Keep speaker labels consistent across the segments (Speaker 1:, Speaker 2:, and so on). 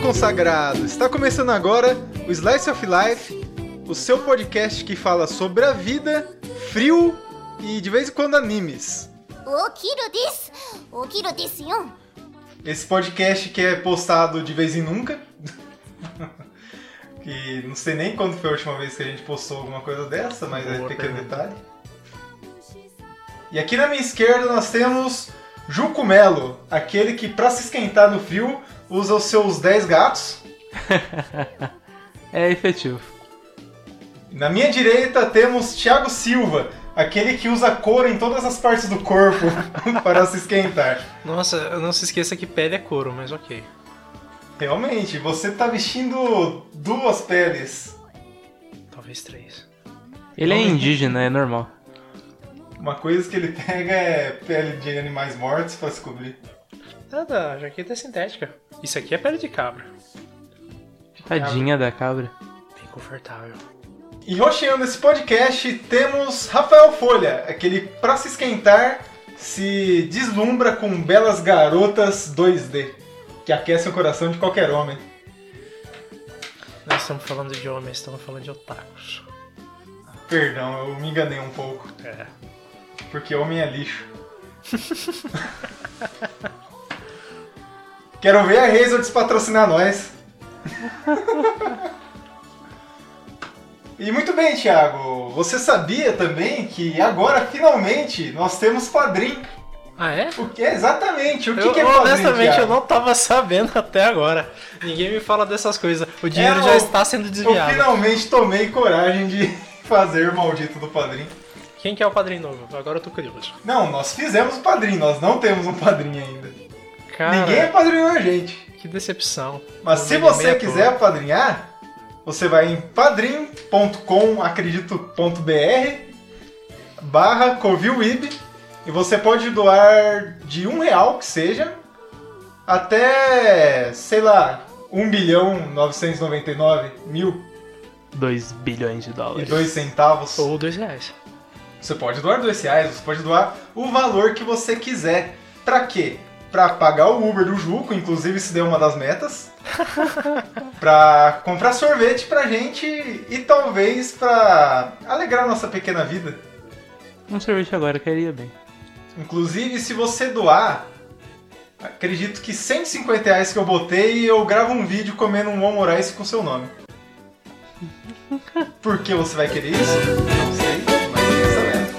Speaker 1: consagrado! Está começando agora o Slice of Life, o seu podcast que fala sobre a vida, frio e de vez em quando animes.
Speaker 2: 起きるです起きるですよ
Speaker 1: Esse podcast que é postado de vez em nunca. que não sei nem quando foi a última vez que a gente postou alguma coisa dessa, mas é
Speaker 3: Boa
Speaker 1: pequeno
Speaker 3: pergunta.
Speaker 1: detalhe. E aqui na minha esquerda nós temos Juco Melo, aquele que pra se esquentar no frio usa os seus 10 gatos.
Speaker 3: É efetivo.
Speaker 1: E Na minha direita temos Thiago Silva, aquele que usa couro em todas as partes do corpo para se esquentar.
Speaker 3: Nossa, eu não se esqueça que pele é couro, mas ok.
Speaker 1: Realmente, você tá vestindo duas peles.
Speaker 3: Talvez três. Ele é
Speaker 1: Talvez.
Speaker 3: indígena, é normal.
Speaker 1: Uma coisa que ele pega é pele de animais mortos para se cobrir.
Speaker 4: Nada, a jaqueta é sintética. Isso aqui é pele de cabra.
Speaker 3: Tadinha da cabra.
Speaker 4: Bem confortável.
Speaker 1: E roteando esse podcast, temos Rafael Folha, aquele para se esquentar se deslumbra com belas garotas 2D, que aquecem o coração de qualquer homem.
Speaker 4: Nós estamos falando de homens, estamos falando de otakus.
Speaker 1: Perdão, eu me enganei um pouco,
Speaker 4: É.
Speaker 1: porque homem é lixo. Quero ver a Hazards patrocinar nós. e muito bem, Thiago. Você sabia também que agora, finalmente, nós temos padrinho.
Speaker 4: Ah, é?
Speaker 1: O que é exatamente? O que,
Speaker 4: eu,
Speaker 1: que é padrinho,
Speaker 4: honestamente,
Speaker 1: Thiago?
Speaker 4: eu não tava sabendo até agora. Ninguém me fala dessas coisas. O dinheiro
Speaker 1: É,
Speaker 4: já
Speaker 1: eu-
Speaker 4: está sendo
Speaker 1: Eu
Speaker 4: desviado.
Speaker 1: finalmente tomei coragem de fazer o maldito do padrinho.
Speaker 4: Quem que é o padrinho novo? Agora eu tô curioso.
Speaker 1: Não, nós fizemos o padrinho, nós não temos um padrinho ainda.
Speaker 4: Cara,
Speaker 1: Ninguém apadrinhou a gente.
Speaker 4: que decepção.
Speaker 1: Mas
Speaker 4: Eu
Speaker 1: se
Speaker 4: me animei
Speaker 1: você
Speaker 4: à
Speaker 1: quiser
Speaker 4: toa.
Speaker 1: apadrinhar, você vai em padrim.comacredito.br barra Covilweb e você pode doar de um real que seja até, sei lá, 1 bilhão 999 mil
Speaker 3: 2 bilhões de
Speaker 1: e
Speaker 3: dólares.
Speaker 1: dois centavos.
Speaker 4: Ou dois reais.
Speaker 1: Você pode doar dois reais, você pode doar o valor que você quiser. Pra quê? Pra pagar o Uber do Juco, inclusive isso deu uma das metas. pra comprar sorvete pra gente e talvez pra alegrar nossa pequena vida.
Speaker 3: Um sorvete agora cairia bem.
Speaker 1: Inclusive, se você doar, acredito que 150 reais que eu botei, eu gravo um vídeo comendo um One Morais com seu nome. Por que você vai querer isso? Não sei, mas fiquei sabendo.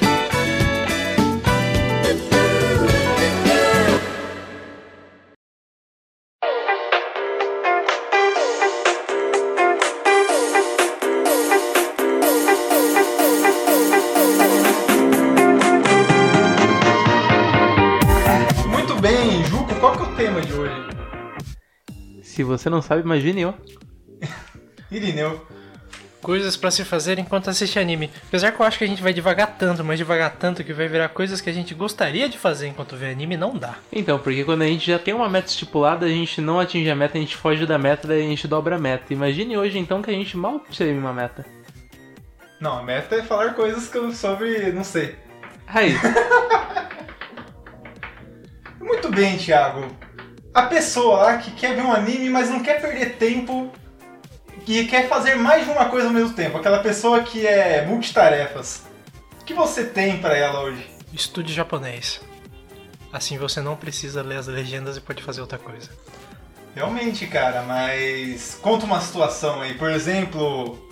Speaker 1: Muito bem, Juco, qual que é o tema de hoje?
Speaker 3: Se você não sabe, imagine eu.
Speaker 1: Irineu.
Speaker 4: Coisas pra se fazer enquanto assiste anime. Apesar que eu acho que a gente vai devagar tanto, mas devagar tanto que vai virar coisas que a gente gostaria de fazer enquanto vê anime, não dá.
Speaker 3: Então, porque quando a gente já tem uma meta estipulada, a gente não atinge a meta, a gente foge da meta, daí a gente dobra a meta. Imagine hoje então que a gente mal teve uma meta.
Speaker 1: Não, a meta é falar coisas que eu sobre. não sei.
Speaker 3: Aí,
Speaker 1: Muito bem, Thiago. A pessoa lá que quer ver um anime, mas não quer perder tempo e quer fazer mais de uma coisa ao mesmo tempo. Aquela pessoa que é multitarefas. O que você tem pra ela hoje?
Speaker 4: Estude japonês. Assim você não precisa ler as legendas e pode fazer outra coisa.
Speaker 1: Realmente, cara, mas conta uma situação aí. Por exemplo,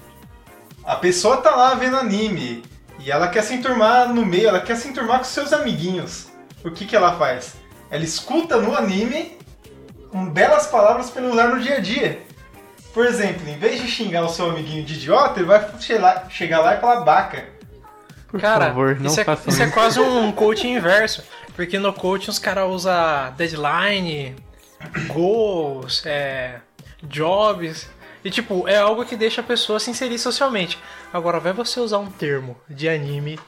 Speaker 1: a pessoa tá lá vendo anime e ela quer se enturmar no meio, ela quer se enturmar com seus amiguinhos. O que, que ela faz? Ela escuta no anime com belas palavras pra ele usar no dia a dia. Por exemplo, em vez de xingar o seu amiguinho de idiota, ele vai che- lá- chegar lá e falar baca.
Speaker 3: por
Speaker 4: cara,
Speaker 3: favor, não
Speaker 4: isso, é,
Speaker 3: façam
Speaker 4: isso
Speaker 3: isso.
Speaker 4: é quase um coaching inverso. Porque no coaching os caras usam deadline, goals, é, jobs. E tipo, é algo que deixa a pessoa se inserir socialmente. Agora, vai você usar um termo de anime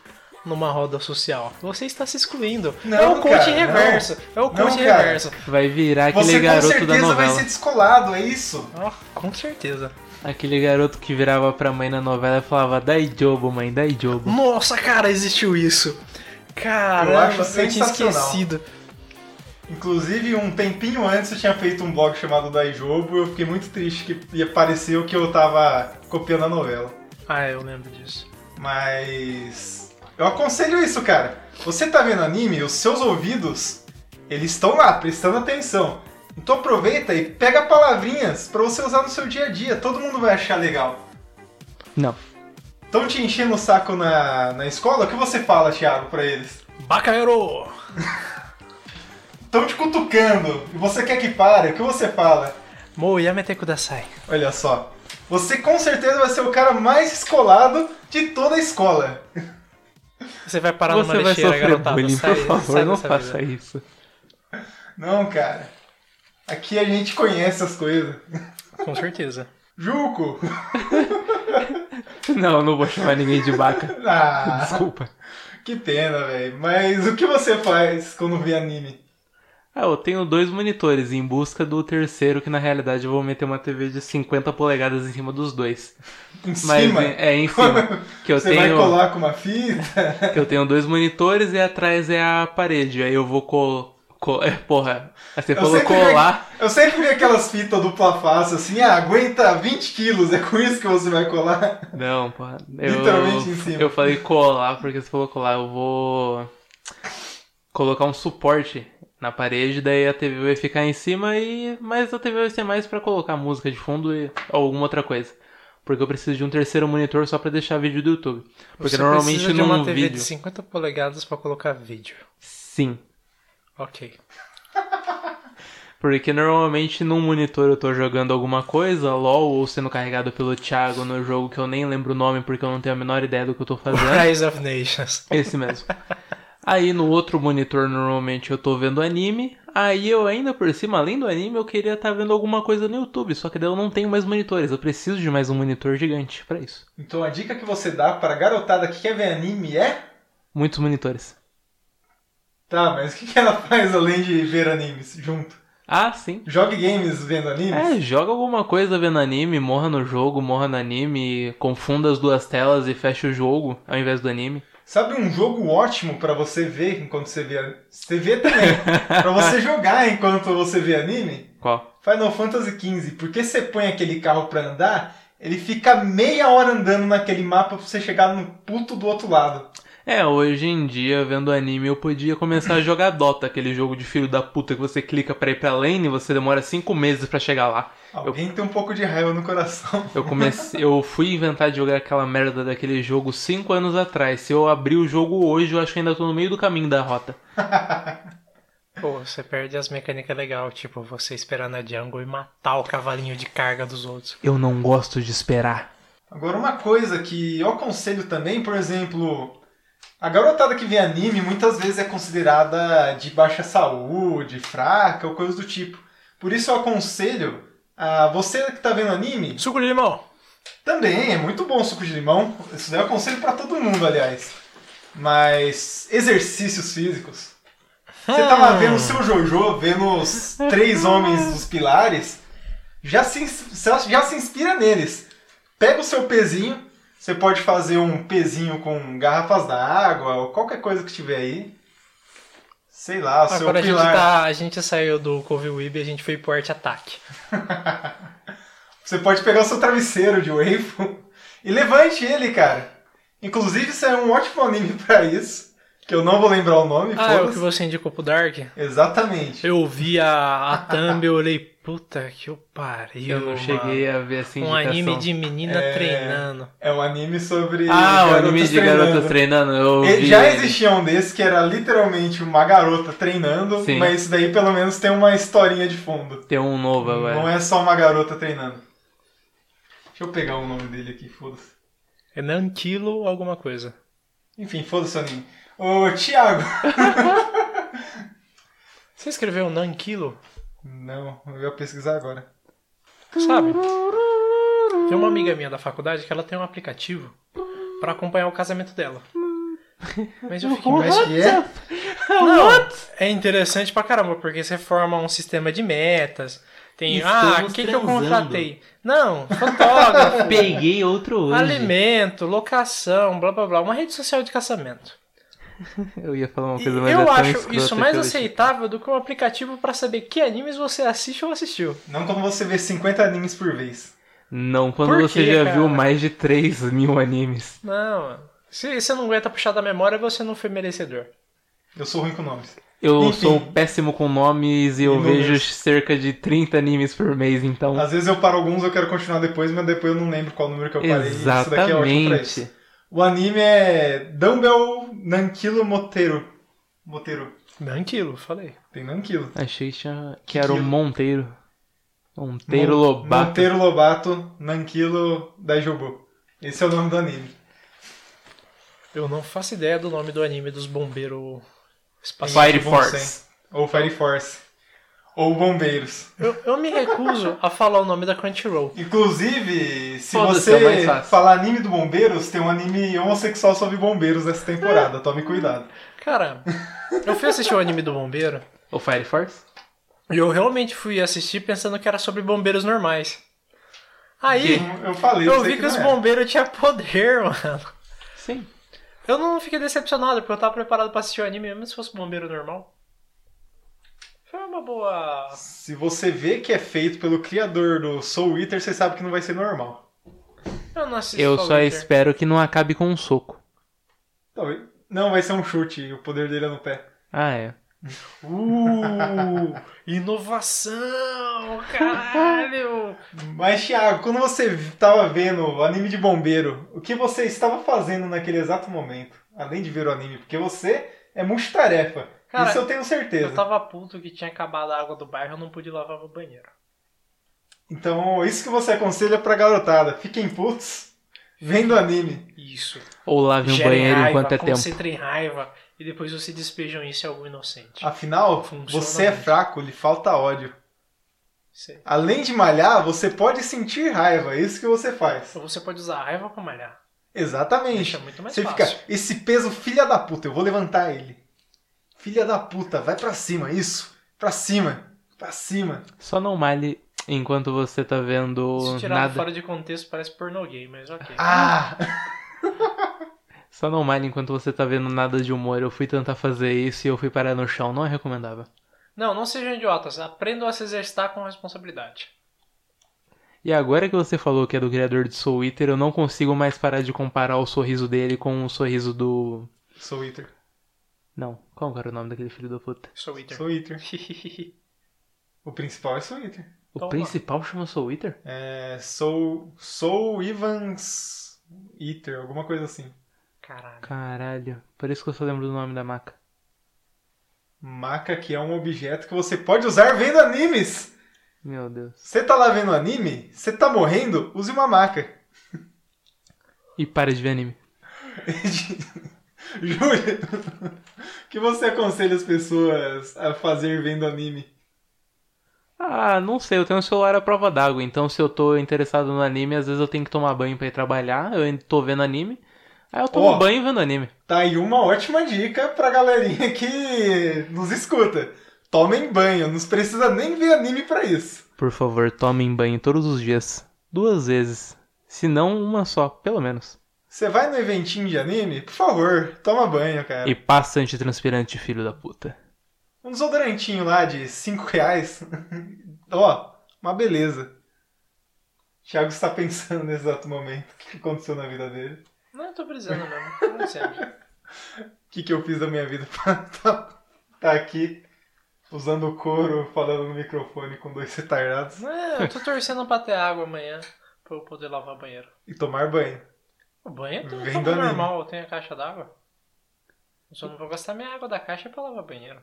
Speaker 4: numa roda social. Você está se excluindo. é
Speaker 1: Não,
Speaker 4: o coaching
Speaker 1: cara,
Speaker 4: reverso. É o
Speaker 1: Não,
Speaker 4: coaching
Speaker 1: cara.
Speaker 4: reverso.
Speaker 3: Vai virar aquele
Speaker 1: Você com
Speaker 3: garoto da
Speaker 1: certeza vai
Speaker 3: novela.
Speaker 1: ser descolado, é isso?
Speaker 4: Ah, com certeza.
Speaker 3: Aquele garoto que virava pra mãe na novela e falava, dai jobo, mãe, dai jobo.
Speaker 4: Nossa, cara, existiu isso. Caramba,
Speaker 1: Eu acho
Speaker 4: eu, tinha
Speaker 1: sensacional.
Speaker 4: esquecido.
Speaker 1: Inclusive, um tempinho antes eu tinha feito um blog chamado Daijobo e eu fiquei muito triste que ia parecer o que eu tava copiando a novela.
Speaker 4: Ah, eu lembro disso.
Speaker 1: Mas eu aconselho isso, cara. Você tá vendo anime, os seus ouvidos, eles estão lá, prestando atenção. Então aproveita e pega palavrinhas pra você usar no seu dia a dia, todo mundo vai achar legal.
Speaker 3: Não.
Speaker 1: Estão te enchendo o saco na, na escola? O que você fala, Thiago, pra eles?
Speaker 4: Bacaero!
Speaker 1: Estão te cutucando e você quer que pare, o que você fala?
Speaker 4: Mo Yamete Kudasai.
Speaker 1: Olha só, você com certeza vai ser o cara mais escolado de toda a escola.
Speaker 4: Você vai parar
Speaker 3: Você
Speaker 4: numa
Speaker 3: vai
Speaker 4: lixeira,
Speaker 3: sofrer
Speaker 4: garotada.
Speaker 3: bullying,
Speaker 4: sai,
Speaker 3: por favor,
Speaker 4: sai
Speaker 3: não
Speaker 4: dessa
Speaker 3: faça
Speaker 4: vida.
Speaker 3: isso.
Speaker 1: Não, cara. Aqui a gente conhece as coisas.
Speaker 4: Com certeza.
Speaker 1: Juco!
Speaker 3: Não, eu não vou chamar ninguém de vaca.
Speaker 1: Ah,
Speaker 3: Desculpa.
Speaker 1: que pena, velho. Mas o que você faz quando vê anime?
Speaker 3: Ah, eu tenho dois monitores em busca do terceiro, que na realidade eu vou meter uma TV de 50 polegadas em cima dos dois.
Speaker 1: Em
Speaker 3: Mas
Speaker 1: cima?
Speaker 3: é, é em cima. Que eu
Speaker 1: você vai
Speaker 3: tenho.
Speaker 1: colar com uma fita?
Speaker 3: que Eu tenho dois monitores e atrás é a parede. Aí eu vou col... col- é, porra, aí você falou
Speaker 1: sempre vi-
Speaker 3: colar.
Speaker 1: Eu sempre vi aquelas fitas dupla face assim, ah, aguenta 20 quilos, é com isso que você vai colar?
Speaker 3: Não, porra. Eu...
Speaker 1: Literalmente em cima.
Speaker 3: Eu falei colar porque você falou colar. Eu vou colocar um suporte na parede, daí a TV vai ficar em cima e... Mas a TV vai ser mais pra colocar música de fundo e ou alguma outra coisa. Porque eu preciso de um terceiro monitor só pra deixar vídeo do YouTube. Porque
Speaker 4: Você
Speaker 3: normalmente
Speaker 4: precisa de uma
Speaker 3: num
Speaker 4: TV
Speaker 3: vídeo...
Speaker 4: de 50 polegadas pra colocar vídeo.
Speaker 3: Sim.
Speaker 4: Ok.
Speaker 3: Porque normalmente num monitor eu tô jogando alguma coisa, LOL, ou sendo carregado pelo Thiago no jogo que eu nem lembro o nome porque eu não tenho a menor ideia do que eu tô fazendo.
Speaker 4: Rise of Nations.
Speaker 3: Esse mesmo. Aí no outro monitor normalmente eu tô vendo anime. Aí eu ainda por cima, além do anime, eu queria estar vendo alguma coisa no YouTube, só que daí eu não tenho mais monitores, eu preciso de mais um monitor gigante pra isso.
Speaker 1: Então a dica que você dá para a garotada que quer ver anime é?
Speaker 3: Muitos monitores.
Speaker 1: Tá, mas o que que ela faz além de ver animes junto?
Speaker 3: Ah, sim.
Speaker 1: Jogue games vendo animes?
Speaker 3: É, joga alguma coisa vendo anime, morra no jogo, morra no anime, confunda as duas telas e fecha o jogo ao invés do anime.
Speaker 1: Sabe um jogo ótimo pra você ver enquanto você vê anime? Você vê também. Pra você jogar enquanto você vê anime?
Speaker 3: Qual?
Speaker 1: Final Fantasy XV. Porque você põe aquele carro pra andar, ele fica meia hora andando naquele mapa pra você chegar no puto do outro lado.
Speaker 3: É, hoje em dia, vendo anime, eu podia começar a jogar Dota, aquele jogo de filho da puta que você clica pra ir pra lane e você demora cinco meses pra chegar lá.
Speaker 1: Alguém tem um pouco de raiva no coração.
Speaker 3: Eu comecei, eu fui inventar de jogar aquela merda daquele jogo cinco anos atrás. Se eu abrir o jogo hoje, eu acho que ainda tô no meio do caminho da rota.
Speaker 4: Pô, você perde as mecânicas legal, tipo você esperar na jungle e matar o cavalinho de carga dos outros.
Speaker 3: Eu não gosto de esperar.
Speaker 1: Agora, uma coisa que eu aconselho também, por exemplo, a garotada que vê anime muitas vezes é considerada de baixa saúde, fraca ou coisa do tipo. Por isso eu aconselho a você que tá vendo anime,
Speaker 4: Suco de limão!
Speaker 1: Também, é muito bom o suco de limão. Isso daí eu aconselho pra todo mundo, aliás. Mas exercícios físicos. Você tá lá vendo o seu Jojo, vendo os três homens dos pilares, já se, ins- já se inspira neles. Pega o seu pezinho, você pode fazer um pezinho com garrafas d'água ou qualquer coisa que tiver aí. Sei lá, o seu
Speaker 4: Agora a gente,
Speaker 1: pilar.
Speaker 4: tá, a gente saiu do Cove Weeb e a gente foi pro Arte Ataque.
Speaker 1: Você pode pegar o seu travesseiro de Waifu e levante ele, cara. Inclusive, isso é um ótimo anime pra isso, que eu não vou lembrar o nome,
Speaker 4: Ah, é o
Speaker 1: foda-se.
Speaker 4: que você indicou pro Dark?
Speaker 1: Exatamente.
Speaker 4: Eu vi a, a thumb, eu olhei, puta que eu
Speaker 3: Eu
Speaker 4: pariu.
Speaker 3: não cheguei a ver assim.
Speaker 4: Um anime de menina
Speaker 1: É.
Speaker 4: treinando.
Speaker 1: É um anime sobre
Speaker 3: Ah, o
Speaker 1: garotas
Speaker 3: anime de
Speaker 1: treinando.
Speaker 3: garotas treinando. Eu
Speaker 1: Ele-
Speaker 3: vi
Speaker 1: Já
Speaker 3: ele.
Speaker 1: existia um desse que era literalmente uma garota treinando,
Speaker 3: Sim.
Speaker 1: mas isso daí pelo menos tem uma historinha de fundo.
Speaker 3: Tem um novo agora.
Speaker 1: Não é só uma garota treinando. Deixa eu pegar o nome dele aqui, foda-se.
Speaker 4: É Nantilo alguma coisa.
Speaker 1: Enfim, foda-se o anime. Ô, Thiago.
Speaker 4: Você escreveu Nankilo?
Speaker 1: Não, eu ia pesquisar agora.
Speaker 4: Sabe? Tem uma amiga minha da faculdade que ela tem um aplicativo pra acompanhar o casamento dela. Mas eu fiquei mais.
Speaker 1: Mas que é?
Speaker 4: Não, é interessante pra caramba, porque você forma um sistema de metas. Tem, ah,
Speaker 3: Estamos
Speaker 4: o que, que eu
Speaker 3: transando.
Speaker 4: contratei? Não, fotógrafo,
Speaker 3: Peguei outro hoje.
Speaker 4: Alimento, locação, blá blá blá. Uma rede social de casamento.
Speaker 3: Eu ia falar uma
Speaker 4: E
Speaker 3: coisa mais
Speaker 4: eu acho isso mais aceitável do que um aplicativo pra saber que animes você assiste ou assistiu.
Speaker 1: Não como você vê 50 animes por vez.
Speaker 3: Não, quando
Speaker 4: Por
Speaker 3: você
Speaker 4: quê,
Speaker 3: já
Speaker 4: cara?
Speaker 3: viu mais de 3 mil animes.
Speaker 4: Não, mano. se você não aguenta puxar da memória, você não foi merecedor.
Speaker 1: Eu sou ruim com nomes.
Speaker 3: Eu
Speaker 1: Enfim.
Speaker 3: sou péssimo com nomes e eu
Speaker 1: Inúmeros.
Speaker 3: vejo cerca de 30 animes por mês, então.
Speaker 1: Às vezes eu paro alguns, eu quero continuar depois, mas depois eu não lembro qual número que eu parei. Isso daqui é ótimo pra isso.
Speaker 3: Exatamente.
Speaker 1: O anime é Dumbbell Nankilo Moteiro. Moteiro.
Speaker 4: Tranquilo, é falei.
Speaker 1: Tem Nankilo.
Speaker 3: Achei que tinha- que era o
Speaker 1: Aquilo.
Speaker 3: Monteiro. Monteiro
Speaker 1: Mon-
Speaker 3: Lobato.
Speaker 1: Monteiro Lobato, Nankilo Daijobu. Esse é o nome do anime.
Speaker 4: Eu não faço ideia do nome do anime dos bombeiros espaciais.
Speaker 3: Fire
Speaker 1: Bom
Speaker 3: Force.
Speaker 1: senso. Ou Fire Force. Ou Bombeiros.
Speaker 4: Eu, eu me recuso a falar o nome da Crunchyroll.
Speaker 1: Inclusive, se
Speaker 3: Foda-se, é mais
Speaker 1: você
Speaker 3: fácil.
Speaker 1: falar anime do Bombeiros, tem um anime homossexual sobre bombeiros nessa temporada. Tome cuidado.
Speaker 4: Cara, eu fui assistir o anime do bombeiro
Speaker 3: O Fire Force?
Speaker 4: e eu realmente fui assistir pensando que era sobre bombeiros normais. Aí
Speaker 1: Eu, eu falei,
Speaker 4: eu
Speaker 1: sei
Speaker 4: vi que
Speaker 1: não
Speaker 4: os
Speaker 1: é.
Speaker 4: bombeiros tinham poder, mano.
Speaker 3: Sim.
Speaker 4: Eu não fiquei decepcionado, porque eu tava preparado pra assistir o anime mesmo se fosse bombeiro normal. Foi uma boa.
Speaker 1: Se você vê que é feito pelo criador do Soul Eater, você sabe que não vai ser normal.
Speaker 4: Eu não assisti
Speaker 3: Eu só espero que não acabe com um soco.
Speaker 1: Talvez. Não, vai ser um chute, o poder dele é no pé.
Speaker 3: Ah, é.
Speaker 4: Uh, inovação, caralho!
Speaker 1: Mas, Thiago, quando você estava vendo o anime de bombeiro, o que você estava fazendo naquele exato momento? Além de ver o anime, porque você é multitarefa.
Speaker 4: Cara,
Speaker 1: Isso é eu tenho certeza.
Speaker 4: Eu tava puto que tinha acabado a água do bairro, eu não pude lavar meu banheiro.
Speaker 1: Então, isso que você aconselha pra garotada. Fiquem putos vendo anime.
Speaker 4: Isso.
Speaker 3: Ou lave um
Speaker 4: Gerem
Speaker 3: banheiro
Speaker 4: raiva,
Speaker 3: enquanto é tempo.
Speaker 4: concentrem raiva e depois você despejam isso em algum
Speaker 1: Ah.
Speaker 4: inocente.
Speaker 1: Afinal,
Speaker 4: Funciona
Speaker 1: você é
Speaker 4: mesmo.
Speaker 1: fraco, lhe falta ódio.
Speaker 4: Você,
Speaker 1: Além de malhar, você pode sentir raiva. É isso que você faz.
Speaker 4: Então você pode usar a raiva pra malhar.
Speaker 1: Exatamente.
Speaker 4: Deixa muito mais
Speaker 1: Você
Speaker 4: fácil.
Speaker 1: fica, esse peso, filha da puta, eu vou levantar ele. Filha da puta, vai pra cima, isso. Pra cima, pra cima.
Speaker 3: Só não malhe enquanto você tá vendo
Speaker 4: Se tirado
Speaker 3: nada.
Speaker 4: fora de contexto, parece pornô gay, mas ok.
Speaker 1: Ah!
Speaker 3: Só não malhe enquanto você tá vendo nada de humor. Eu fui tentar fazer isso e eu fui parar no chão. Não é recomendável.
Speaker 4: Não, não sejam idiotas. Aprendam a se exercitar com responsabilidade.
Speaker 3: E agora que você falou que é do criador de Soul Eater, eu não consigo mais parar de comparar o sorriso dele com o sorriso do...
Speaker 1: Sou Wither.
Speaker 3: Não, qual que era o nome daquele filho da puta?
Speaker 4: Sou Wither.
Speaker 1: Sou Wither. O principal é Sou Wither.
Speaker 3: O
Speaker 4: Toma.
Speaker 3: principal chama Soul Eater?
Speaker 1: É, sou. Sou Ivans. Eater, alguma coisa assim.
Speaker 4: Caralho.
Speaker 3: Caralho, por isso que eu só lembro do nome da maca.
Speaker 1: Maca que é um objeto que você pode usar vendo animes.
Speaker 3: Meu Deus.
Speaker 1: Você tá lá vendo anime? Você tá morrendo? Use uma maca.
Speaker 3: E para de ver anime.
Speaker 1: Júlio, o que você aconselha as pessoas a fazer vendo anime?
Speaker 3: Ah, não sei, eu tenho um celular à prova d'água, então se eu tô interessado no anime, às vezes eu tenho que tomar banho pra ir trabalhar, eu ainda tô vendo anime, aí eu tomo
Speaker 1: Ó.
Speaker 3: banho vendo anime.
Speaker 1: Tá aí uma ótima dica pra galerinha que nos escuta. Tomem banho, não precisa nem ver anime pra isso.
Speaker 3: Por favor, tomem banho todos os dias. Duas vezes. Se não, uma só, pelo menos.
Speaker 1: Você vai no eventinho de anime? Por favor, toma banho, cara.
Speaker 3: E passa antitranspirante, filho da puta.
Speaker 1: Um desodorantinho lá de 5 reais. Ó, uma beleza. Thiago está pensando nesse exato momento. O que aconteceu na vida dele?
Speaker 4: Não, eu tô brisando mesmo. Não é sei.
Speaker 1: O que, que eu fiz da minha vida para estar aqui usando o couro, falando no microfone com dois retardados
Speaker 4: Não, é, eu tô torcendo pra ter água amanhã pra eu poder lavar o banheiro.
Speaker 1: e tomar banho?
Speaker 4: O banheiro tá
Speaker 1: Vem do
Speaker 4: tudo
Speaker 1: anime.
Speaker 4: normal, eu tenho a caixa d'água. Eu só não vou gastar minha água da caixa pra lavar banheiro.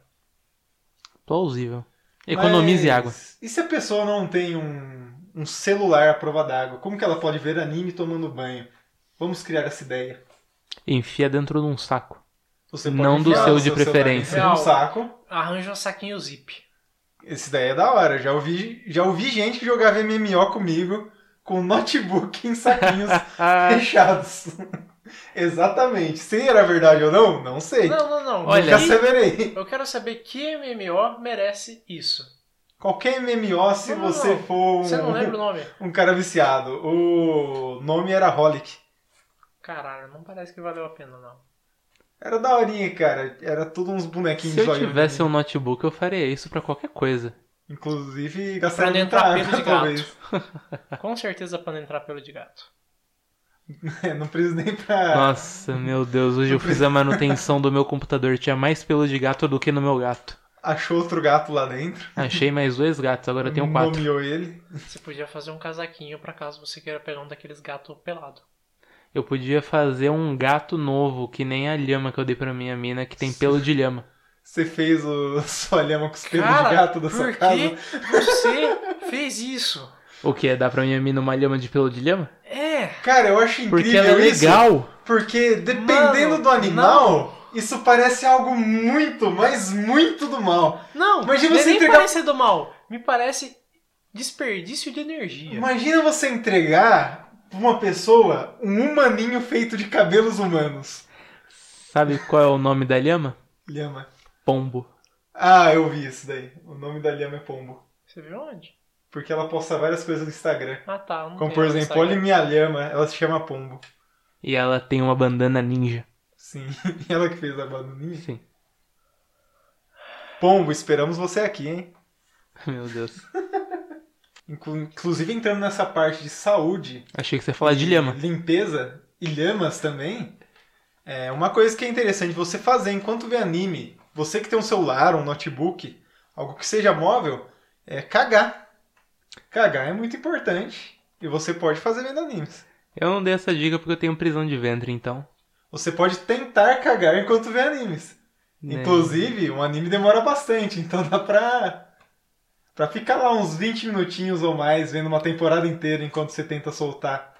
Speaker 3: Plausível. Economize
Speaker 1: Mas,
Speaker 3: água.
Speaker 1: E se a pessoa não tem um, um celular à prova d'água, como que ela pode ver anime tomando banho? Vamos criar essa ideia.
Speaker 3: Enfia dentro de um saco.
Speaker 1: Você
Speaker 3: Não do
Speaker 1: enfiar
Speaker 3: seu
Speaker 1: o
Speaker 3: de
Speaker 1: celular
Speaker 3: preferência.
Speaker 1: em um saco.
Speaker 4: Arranja um saquinho zip.
Speaker 1: Esse daí é da hora. Já ouvi, já ouvi gente que jogava MMO comigo com notebook em saquinhos
Speaker 3: Ah,
Speaker 1: fechados. Exatamente. Se era verdade ou não, não sei.
Speaker 4: Não, não, não.
Speaker 1: Nunca
Speaker 3: Olha.
Speaker 4: Que-
Speaker 1: saberei.
Speaker 4: Eu quero saber que MMO merece isso.
Speaker 1: Qualquer MMO, se
Speaker 4: Não, não,
Speaker 1: você
Speaker 4: não.
Speaker 1: for
Speaker 4: Você não lembra o
Speaker 1: um,
Speaker 4: nome?
Speaker 1: um cara viciado, o nome era Holic.
Speaker 4: Caralho, não parece que valeu a pena, não.
Speaker 1: Era daorinha, cara. Era tudo uns bonequinhos
Speaker 3: Se eu
Speaker 1: zoiudos.
Speaker 3: tivesse um notebook, eu faria isso pra qualquer coisa.
Speaker 1: Inclusive, gastaram
Speaker 4: Pra
Speaker 1: muita
Speaker 4: entrar
Speaker 1: água,
Speaker 4: pelo de
Speaker 1: talvez.
Speaker 4: Com certeza dá pra não entrar pelo de gato.
Speaker 1: É, não preciso nem pra...
Speaker 3: Nossa, meu Deus, hoje eu fiz a manutenção do meu computador. Tinha mais pelo de gato do que no meu gato.
Speaker 1: Achou outro gato lá dentro. Um
Speaker 3: Achei mais dois gatos, agora eu tenho quatro.
Speaker 1: Nomeou ele.
Speaker 4: Você podia fazer um casaquinho pra caso você queira pegar um daqueles gatos pelado.
Speaker 3: Eu podia fazer um gato novo, que nem a lhama que eu dei pra minha mina, que tem pelo de lhama.
Speaker 1: Você fez o sua lhama com os pelos
Speaker 4: Cara,
Speaker 1: de gato da
Speaker 4: por
Speaker 1: sua
Speaker 4: que
Speaker 1: casa.
Speaker 4: você fez isso?
Speaker 3: O que é dar pra minha mina uma lhama de pelo de lhama?
Speaker 4: É,
Speaker 1: Cara, eu acho incrível
Speaker 3: Porque ela é
Speaker 1: isso.
Speaker 3: legal.
Speaker 1: Porque dependendo
Speaker 4: Mano,
Speaker 1: do animal, isso parece algo muito, mas muito do mal.
Speaker 4: não,
Speaker 1: Imagina
Speaker 4: não é
Speaker 1: você
Speaker 4: nem
Speaker 1: entregar-
Speaker 4: parece do mal. Me parece desperdício de energia.
Speaker 1: Imagina você entregar pra uma pessoa um humaninho feito de cabelos humanos.
Speaker 3: Sabe qual é o nome da lhama?
Speaker 1: Lhama.
Speaker 3: Pombo.
Speaker 1: Ah, eu vi isso daí. O nome da lhama é pombo.
Speaker 4: Você viu onde?
Speaker 1: Porque ela posta várias coisas no Instagram.
Speaker 4: Ah tá, não
Speaker 1: Como
Speaker 4: tem
Speaker 1: por
Speaker 4: onde
Speaker 1: exemplo,
Speaker 4: sair.
Speaker 1: olha minha lhama, ela se chama pombo.
Speaker 3: E ela tem uma bandana ninja.
Speaker 1: Sim, ela que fez a bananinha.
Speaker 3: Sim.
Speaker 1: Pombo, esperamos você aqui, hein?
Speaker 3: Meu Deus.
Speaker 1: Inclu- Inclusive entrando nessa parte de saúde,
Speaker 3: Achei que você ia falar de lhama.
Speaker 1: limpeza e lhamas também. É uma coisa que é interessante você fazer enquanto vê anime, você que tem um celular, um notebook, algo que seja móvel, é cagar. Cagar é muito importante e você pode fazer vendo animes.
Speaker 3: Eu não dei essa dica porque eu tenho prisão de ventre, então.
Speaker 1: Você pode tentar cagar enquanto vê animes.
Speaker 3: né?
Speaker 1: Inclusive, um anime demora bastante, então dá pra. pra ficar lá uns 20 minutinhos ou mais vendo uma temporada inteira enquanto você tenta soltar.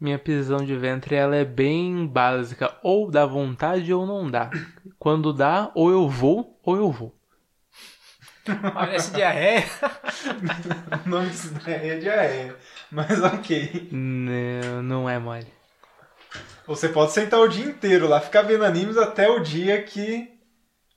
Speaker 3: Minha prisão de ventre, ela é bem básica. Ou dá vontade ou não dá. Quando dá, ou eu vou, ou eu vou.
Speaker 4: Parece diarreia.
Speaker 1: O nome disso daí é diarreia, mas ok.
Speaker 3: Não, não é mole.
Speaker 1: Você pode sentar o dia inteiro lá, ficar vendo animes até o dia que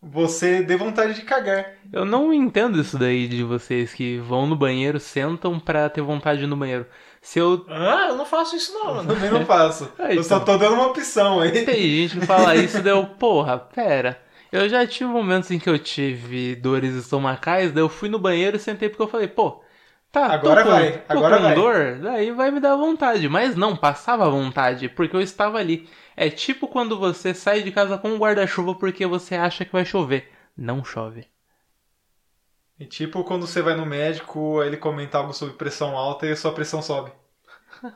Speaker 1: você dê vontade de cagar.
Speaker 3: Eu não entendo isso daí de vocês que vão no banheiro, sentam pra ter vontade no banheiro. Se eu
Speaker 4: Ah, eu não faço isso não,
Speaker 1: Eu
Speaker 4: mano.
Speaker 1: também não faço.
Speaker 3: É,
Speaker 1: Eu só
Speaker 3: então.
Speaker 1: tô dando uma opção aí.
Speaker 3: Tem gente que fala isso, deu, porra, pera. Eu já tive momentos em que eu tive dores estomacais, daí eu fui no banheiro e sentei porque eu falei, pô, tá,
Speaker 1: Agora
Speaker 3: tô com,
Speaker 1: vai,
Speaker 3: tô
Speaker 1: agora
Speaker 3: com
Speaker 1: vai.
Speaker 3: dor, daí vai me dar vontade. Mas não, passava vontade, porque eu estava ali. É tipo quando você sai de casa com um guarda-chuva porque você acha que vai chover. Não chove.
Speaker 1: E tipo quando você vai no médico, ele comenta algo sobre pressão alta e a sua pressão sobe.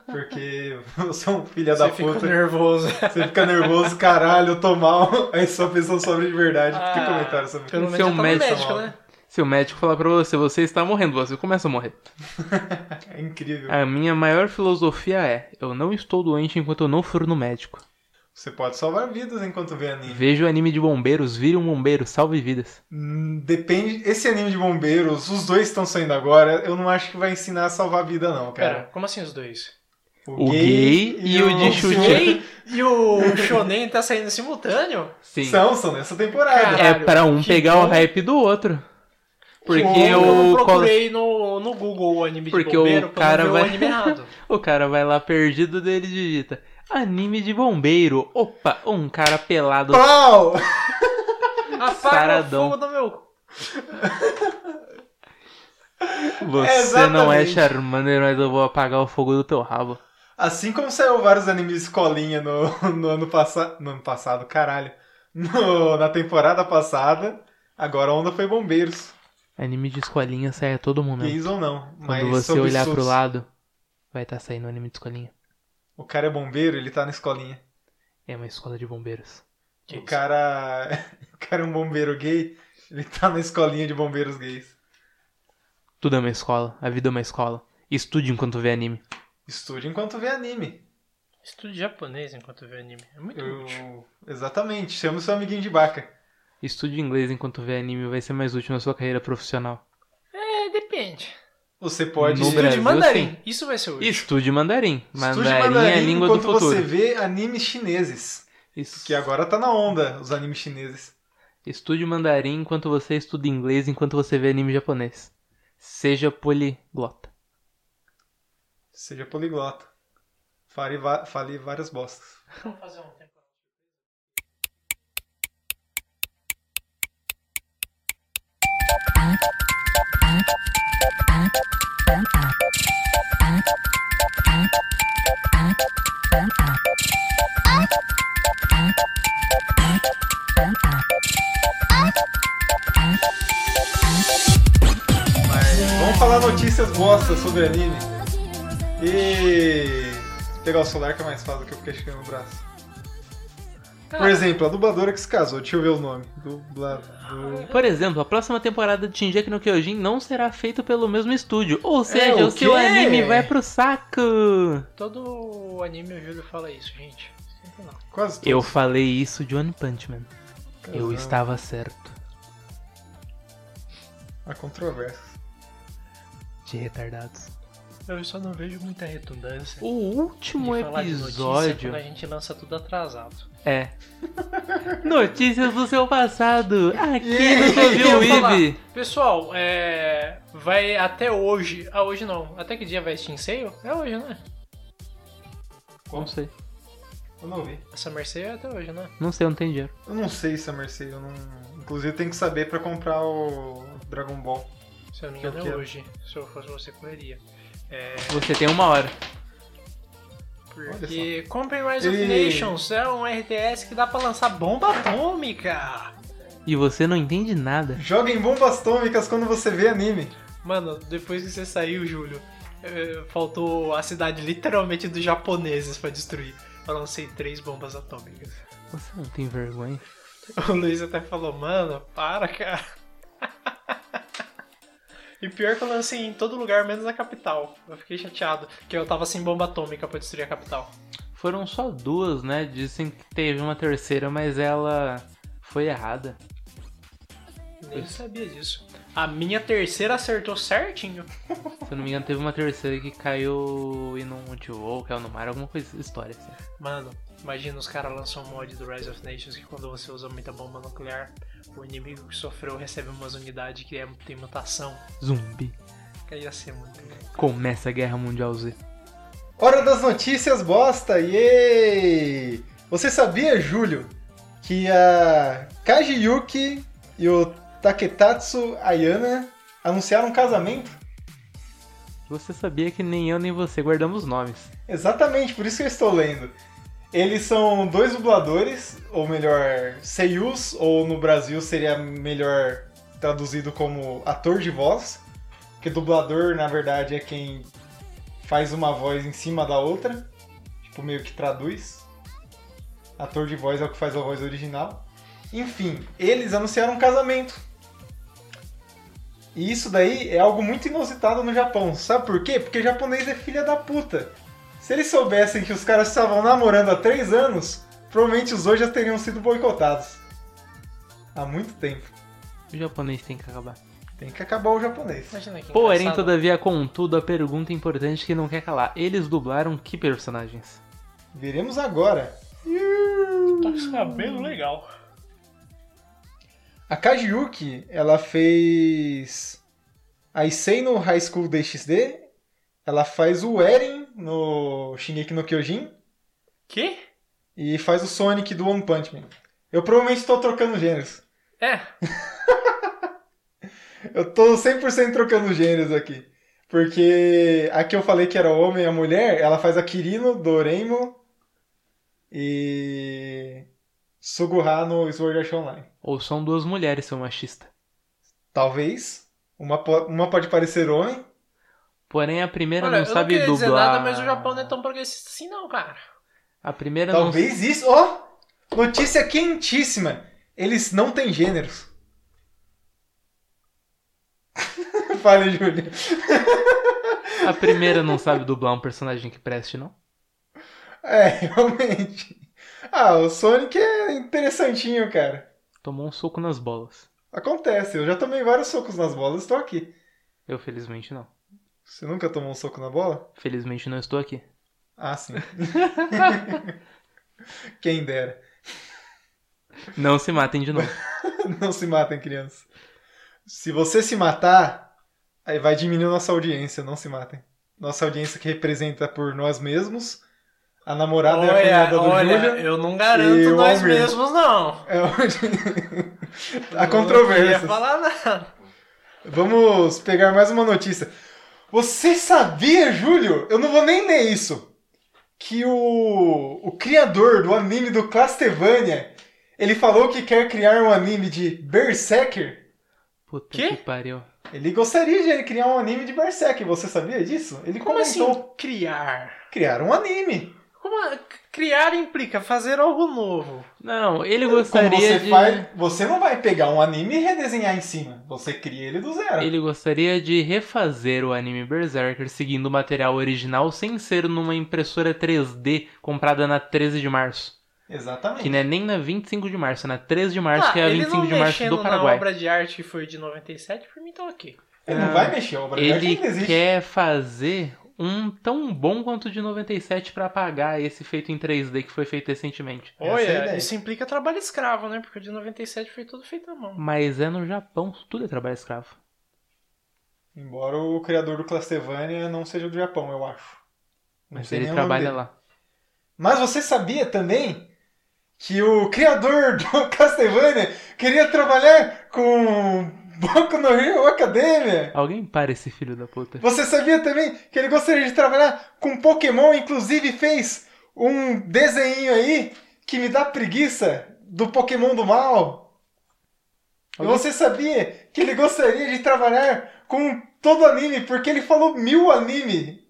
Speaker 1: Porque você é um filho da
Speaker 4: Você
Speaker 1: puta.
Speaker 4: fica nervoso.
Speaker 1: Você fica nervoso, caralho, eu tô mal. Aí sua pessoa sobre de verdade. porque
Speaker 4: Ah,
Speaker 1: comentário sobre
Speaker 4: Pelo menos
Speaker 3: Seu
Speaker 4: já tá no
Speaker 3: médico,
Speaker 4: médico,
Speaker 1: Mauro.
Speaker 4: né?
Speaker 3: Se o médico falar pra você, você está morrendo, você começa a morrer.
Speaker 1: É incrível.
Speaker 3: A minha maior filosofia é: eu não estou doente enquanto eu não for no médico.
Speaker 1: Você pode salvar vidas enquanto vê anime.
Speaker 3: Veja o anime de bombeiros, vire um bombeiro, salve vidas.
Speaker 1: Hum, Depende. Esse anime de bombeiros, os dois estão saindo agora. Eu não acho que vai ensinar a salvar vida, não, cara.
Speaker 4: Pera, como assim os dois?
Speaker 3: O gay e o de
Speaker 4: O
Speaker 3: chute.
Speaker 4: Jay e o Shonen tá saindo simultâneo?
Speaker 3: Sim.
Speaker 1: São, são nessa temporada.
Speaker 4: Cara,
Speaker 3: é pra um
Speaker 4: que
Speaker 3: pegar o
Speaker 4: bom.
Speaker 3: hype do outro. Porque
Speaker 4: Eu
Speaker 3: o, col-
Speaker 4: procurei no, no Google o anime
Speaker 3: Porque
Speaker 4: de
Speaker 3: o
Speaker 4: bombeiro pra
Speaker 3: cara
Speaker 4: não ver
Speaker 3: vai-
Speaker 4: o anime errado.
Speaker 3: o cara vai lá perdido dele e digita. Anime de bombeiro. Opa, um cara
Speaker 4: é-
Speaker 3: pelado.
Speaker 1: Pau!
Speaker 4: Apaga
Speaker 3: Saradão.
Speaker 4: o fogo do meu...
Speaker 3: Você não é
Speaker 1: exatamente.
Speaker 3: Charmander, mas eu vou apagar o fogo do teu rabo.
Speaker 1: Assim como saiu vários animes escolinha no, no ano passado. No ano passado, caralho. No- na temporada passada, agora a onda foi bombeiros.
Speaker 3: Anime de escolinha sai a todo momento.
Speaker 1: Gays ou não. mas
Speaker 3: Né? Quando você
Speaker 1: sobre
Speaker 3: olhar
Speaker 1: SUS.
Speaker 3: pro lado, vai estar saindo anime de escolinha.
Speaker 1: O cara é bombeiro, ele tá na escolinha.
Speaker 3: É uma escola de bombeiros.
Speaker 4: Que
Speaker 1: o
Speaker 4: isso?
Speaker 1: cara. O cara é um bombeiro gay, ele tá na escolinha de bombeiros gays.
Speaker 3: Tudo é uma escola, a vida é uma escola. Estude enquanto vê anime.
Speaker 1: Estude enquanto vê anime.
Speaker 4: Estude japonês enquanto vê anime. É muito útil.
Speaker 1: Eu- Exatamente, chama o seu amiguinho de baca.
Speaker 3: Estude inglês enquanto vê anime vai ser mais útil na sua carreira profissional.
Speaker 4: É, depende.
Speaker 1: Você pode.
Speaker 3: No
Speaker 4: Estude
Speaker 3: Brasil,
Speaker 4: mandarim. Isso vai ser útil.
Speaker 3: Estude mandarim.
Speaker 1: Estude
Speaker 3: Mandarim, é a língua do
Speaker 1: enquanto
Speaker 3: futuro.
Speaker 1: você vê animes chineses.
Speaker 3: Isso.
Speaker 1: Que agora tá na onda, os animes chineses.
Speaker 3: Estude mandarim enquanto você estuda inglês enquanto você vê anime japonês. Seja poliglota.
Speaker 1: Seja poliglota. Fale, va- fale várias bostas.
Speaker 4: Vamos fazer um tempo.
Speaker 1: Mas vamos falar notícias bostas sobre anime. E pegar o celular que é mais fácil do que eu fiquei chegando no braço. Por exemplo, a dubladora que se casou, deixa eu ver o nome. Dubladora.
Speaker 3: Por exemplo, a próxima temporada de Shingeki no Kyojin não será feita pelo mesmo estúdio. Ou
Speaker 4: É,
Speaker 3: seja,
Speaker 4: o
Speaker 3: o seu
Speaker 4: quê?
Speaker 3: anime vai pro saco.
Speaker 4: Todo anime o Júlio fala isso, gente. Sempre não.
Speaker 1: Quase todos.
Speaker 3: Eu falei isso de One Punch Man. Eu
Speaker 1: Casado.
Speaker 3: estava certo.
Speaker 1: Há controvérsias.
Speaker 3: De retardados.
Speaker 4: Eu só não vejo muita redundância.
Speaker 3: O último
Speaker 4: de falar de notícia
Speaker 3: Um episódio
Speaker 4: quando a gente lança tudo atrasado.
Speaker 3: é. Notícias do seu passado. Aqui
Speaker 1: Yeah.
Speaker 3: no
Speaker 4: Eu
Speaker 3: Covil
Speaker 4: ia falar,
Speaker 3: Ibe.
Speaker 4: Pessoal, é. Vai até hoje. Ah, hoje não. Até que dia vai Steam Sale? É hoje, né?
Speaker 3: Não sei.
Speaker 1: Eu não vi.
Speaker 4: Essa Mercedes é até hoje, né?
Speaker 3: Não sei, eu não tenho dinheiro.
Speaker 1: Eu não sei se é Mercedes, eu não. Inclusive tem que saber pra comprar o Dragon Ball.
Speaker 4: Se eu não me
Speaker 1: Eu
Speaker 4: engano, é
Speaker 1: quero.
Speaker 4: hoje. Se eu fosse você, correria. É.
Speaker 3: Você tem uma hora.
Speaker 4: Porque Comprem Rise of
Speaker 1: E-
Speaker 4: Nations é um RTS que dá pra lançar bomba atômica.
Speaker 3: E você não entende nada.
Speaker 1: Joguem bombas atômicas quando você vê anime.
Speaker 4: Mano, depois que você saiu, Júlio, eh, faltou a cidade literalmente dos japoneses pra destruir. Eu lancei três bombas atômicas.
Speaker 3: Você não tem vergonha.
Speaker 4: O Luiz até falou, mano, para, cara. E pior que eu lancei em todo lugar, menos na capital. Eu fiquei chateado, que eu tava sem bomba atômica pra destruir a capital.
Speaker 3: Foram só duas, né? Dizem que teve uma terceira, mas ela foi errada.
Speaker 4: Nem sabia disso. A minha terceira acertou certinho.
Speaker 3: Se eu não me engano, teve uma terceira que caiu e não ativou, caiu no mar, alguma coisa, história assim.
Speaker 4: Mano, imagina os caras lançam um mod do Rise of Nations que quando você usa muita bomba nuclear, o inimigo que sofreu recebe umas unidades que é- tem mutação.
Speaker 3: Zumbi.
Speaker 4: Que ia ser muito bom.
Speaker 3: Começa a Guerra Mundial Z.
Speaker 1: Hora das notícias bosta, yay! Você sabia, Júlio, que a Kaji Yuki e o Taketatsu Ayana anunciaram um casamento?
Speaker 3: Você sabia que nem eu nem você guardamos nomes.
Speaker 1: Exatamente, por isso que eu estou lendo. Eles são dois dubladores, ou melhor, seiyus, ou no Brasil seria melhor traduzido como ator de voz, porque dublador, na verdade, é quem faz uma voz em cima da outra, tipo, meio que traduz. Ator de voz é o que faz a voz original. Enfim, eles anunciaram um casamento. E isso daí é algo muito inusitado no Japão. Sabe por quê? Porque japonês é filha da puta. Se eles soubessem que os caras estavam namorando há três anos, provavelmente os dois já teriam sido boicotados. Há muito tempo.
Speaker 3: O japonês tem que acabar.
Speaker 1: Tem que acabar o japonês.
Speaker 4: Imagina que
Speaker 3: Porém,
Speaker 4: engraçado.
Speaker 3: todavia, contudo, a pergunta importante que não quer calar. Eles dublaram que personagens?
Speaker 1: Veremos agora.
Speaker 4: Tá sabendo legal.
Speaker 1: A Kajiyuki, ela fez a Issei no High School DxD. Ela faz o Eren no Shingeki no Kyojin.
Speaker 4: Que?
Speaker 1: E faz o Sonic do One Punch Man. Eu provavelmente estou trocando gêneros.
Speaker 4: É,
Speaker 1: Eu tô 100% trocando gêneros aqui. Porque a que eu falei que era o homem e a mulher, ela faz a Kirino, Doremo e Suguha no Sword Art Online.
Speaker 3: Ou são duas mulheres, seu machista?
Speaker 1: Talvez. Uma, po- uma pode parecer homem.
Speaker 3: Porém, a primeira
Speaker 4: olha,
Speaker 3: não
Speaker 4: eu não
Speaker 3: sabe
Speaker 4: queria
Speaker 3: dublar.
Speaker 4: dizer nada, mas o Japão não é tão progressista assim não, cara.
Speaker 3: A primeira não.
Speaker 1: Talvez isso. Ó! notícia quentíssima! Eles não têm gêneros. Fale, Júlio.
Speaker 3: A primeira não sabe dublar um personagem que preste, não?
Speaker 1: É, realmente. Ah, o Sonic é interessantinho, cara.
Speaker 3: Tomou um soco nas bolas.
Speaker 1: Acontece, eu já tomei vários socos nas bolas, estou aqui.
Speaker 3: Eu felizmente não.
Speaker 1: Você nunca tomou um soco na bola?
Speaker 3: Felizmente não estou aqui.
Speaker 1: Ah, sim. Quem dera.
Speaker 3: Não se matem de novo.
Speaker 1: Não se matem, crianças. Se você se matar, aí vai diminuir nossa audiência, não se matem. Nossa audiência que representa por nós mesmos, a namorada e a cunhada
Speaker 4: Olha,
Speaker 1: do
Speaker 4: olha,
Speaker 1: Júlio.
Speaker 4: eu não garanto
Speaker 1: e o
Speaker 4: nós
Speaker 1: homem.
Speaker 4: mesmos não.
Speaker 1: É onde... Há
Speaker 4: Não
Speaker 1: controvérsias.
Speaker 4: queria falar nada.
Speaker 1: Vamos pegar mais uma notícia. Você sabia, Júlio? Eu não vou nem ler isso. Que o, o criador do anime do Castlevania, Ele falou que quer criar um anime de Berserker.
Speaker 3: Puta
Speaker 4: Quê?
Speaker 3: que pariu.
Speaker 1: Ele gostaria de ele criar um anime de Berserk, você sabia disso? Ele
Speaker 4: Como
Speaker 1: comentou
Speaker 4: assim criar?
Speaker 1: criar um anime.
Speaker 4: Como a- criar implica fazer algo novo.
Speaker 3: Não, ele
Speaker 1: Como
Speaker 3: gostaria
Speaker 1: você
Speaker 3: de.
Speaker 1: faz, você não vai pegar um anime e redesenhar em cima. Você cria ele do zero.
Speaker 3: Ele gostaria de refazer o anime Berserker seguindo o material original sem ser numa impressora 3D comprada na 13 de março.
Speaker 1: Exatamente.
Speaker 3: Que não é nem na 25 de março, é na 13 de março, que é a
Speaker 4: Ah, Tá, ele
Speaker 3: 25
Speaker 4: não
Speaker 3: de março
Speaker 4: mexendo
Speaker 3: do
Speaker 4: na
Speaker 3: Paraguai.
Speaker 4: obra de arte que foi de 97, por mim tá ok.
Speaker 1: Ele não vai mexer, a obra de arte
Speaker 3: ah, Ele
Speaker 1: ainda existe.
Speaker 3: quer fazer um tão bom quanto o de 97 pra apagar esse feito em 3D que foi feito recentemente.
Speaker 1: Essa é a
Speaker 4: Olha,
Speaker 1: ideia.
Speaker 4: isso implica trabalho escravo, né? Porque o de 97 foi tudo feito à mão.
Speaker 3: Mas é no Japão, tudo é trabalho escravo.
Speaker 1: Embora o criador do Castlevania não seja do Japão, eu acho. Não
Speaker 3: Mas
Speaker 1: sei
Speaker 3: ele
Speaker 1: nem o nome
Speaker 3: trabalha
Speaker 1: dele.
Speaker 3: lá.
Speaker 1: Mas você sabia também que o criador do Castlevania queria trabalhar com Boku no Hero Academia?
Speaker 3: Alguém para esse filho da puta.
Speaker 1: Você sabia também que ele gostaria de trabalhar com Pokémon, inclusive fez um desenho aí que me dá preguiça do Pokémon do mal? E
Speaker 3: Olha.
Speaker 1: você sabia que ele gostaria de trabalhar com todo anime, porque ele falou mil anime.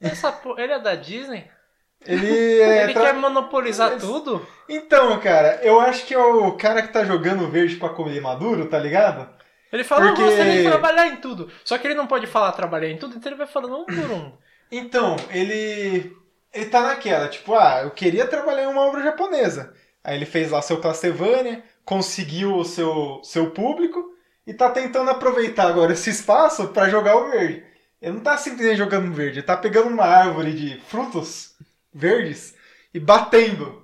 Speaker 4: Essa po- Ele é da Disney?
Speaker 1: Ele é.
Speaker 4: ele
Speaker 1: tra-
Speaker 4: quer monopolizar
Speaker 1: Mas-
Speaker 4: tudo?
Speaker 1: Então, cara, eu acho que é o cara que tá jogando verde pra comer maduro, tá ligado?
Speaker 4: Ele fala,
Speaker 1: Porque-
Speaker 4: eu gostaria de trabalhar em tudo. Só que ele não pode falar trabalhar em tudo, então ele vai falando um por um.
Speaker 1: Então, ele. Ele tá naquela, tipo, ah, eu queria trabalhar em uma obra japonesa. Aí ele fez lá seu Castlevania, conseguiu o seu, seu público e tá tentando aproveitar agora esse espaço pra jogar o verde. Ele não tá simplesmente jogando verde, ele tá pegando uma árvore de frutos verdes e batendo.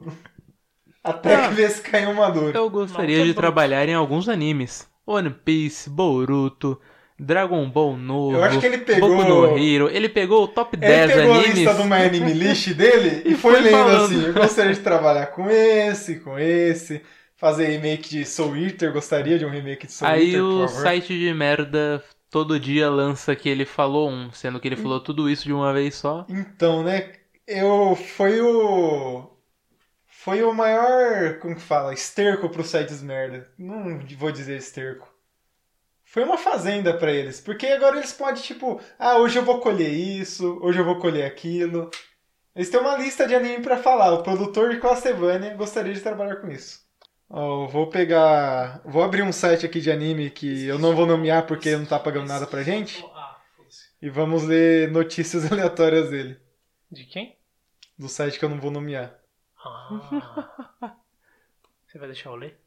Speaker 1: Até
Speaker 3: Ah.
Speaker 1: que vê se caiu uma dor.
Speaker 3: Eu gostaria
Speaker 4: Malta
Speaker 3: de
Speaker 4: bruta.
Speaker 3: trabalhar em alguns animes. One Piece, Boruto, Dragon Ball novo,
Speaker 1: Eu acho que ele pegou-
Speaker 3: Boku no Hero. Ele pegou o top
Speaker 1: Ele
Speaker 3: 10
Speaker 1: pegou a
Speaker 3: animes.
Speaker 1: lista do My Anime List dele e
Speaker 3: E
Speaker 1: foi
Speaker 3: foi
Speaker 1: lendo
Speaker 3: falando.
Speaker 1: assim: eu gostaria de trabalhar com esse, com esse, fazer remake de Soul Eater, gostaria de um remake de Soul
Speaker 3: Aí
Speaker 1: Eater, por
Speaker 3: o
Speaker 1: favor.
Speaker 3: site de merda todo dia lança que ele falou um, sendo que ele falou tudo isso de uma vez só.
Speaker 1: Então, né, eu. Foi o. Foi o maior. Como que fala? Esterco pros sites merda. Não vou dizer esterco. Foi uma fazenda pra eles, porque agora eles podem, tipo, ah, hoje eu vou colher isso, hoje eu vou colher aquilo. Eles têm uma lista de anime pra falar. O produtor de Castlevania gostaria de trabalhar com isso. Ó, eu vou pegar. Vou abrir um site aqui de anime que eu não vou nomear porque não tá pagando nada pra gente.
Speaker 4: Ah,
Speaker 1: E vamos ler notícias aleatórias dele
Speaker 4: De quem?
Speaker 1: do site que eu não vou nomear.
Speaker 4: Ah. Você vai deixar eu ler?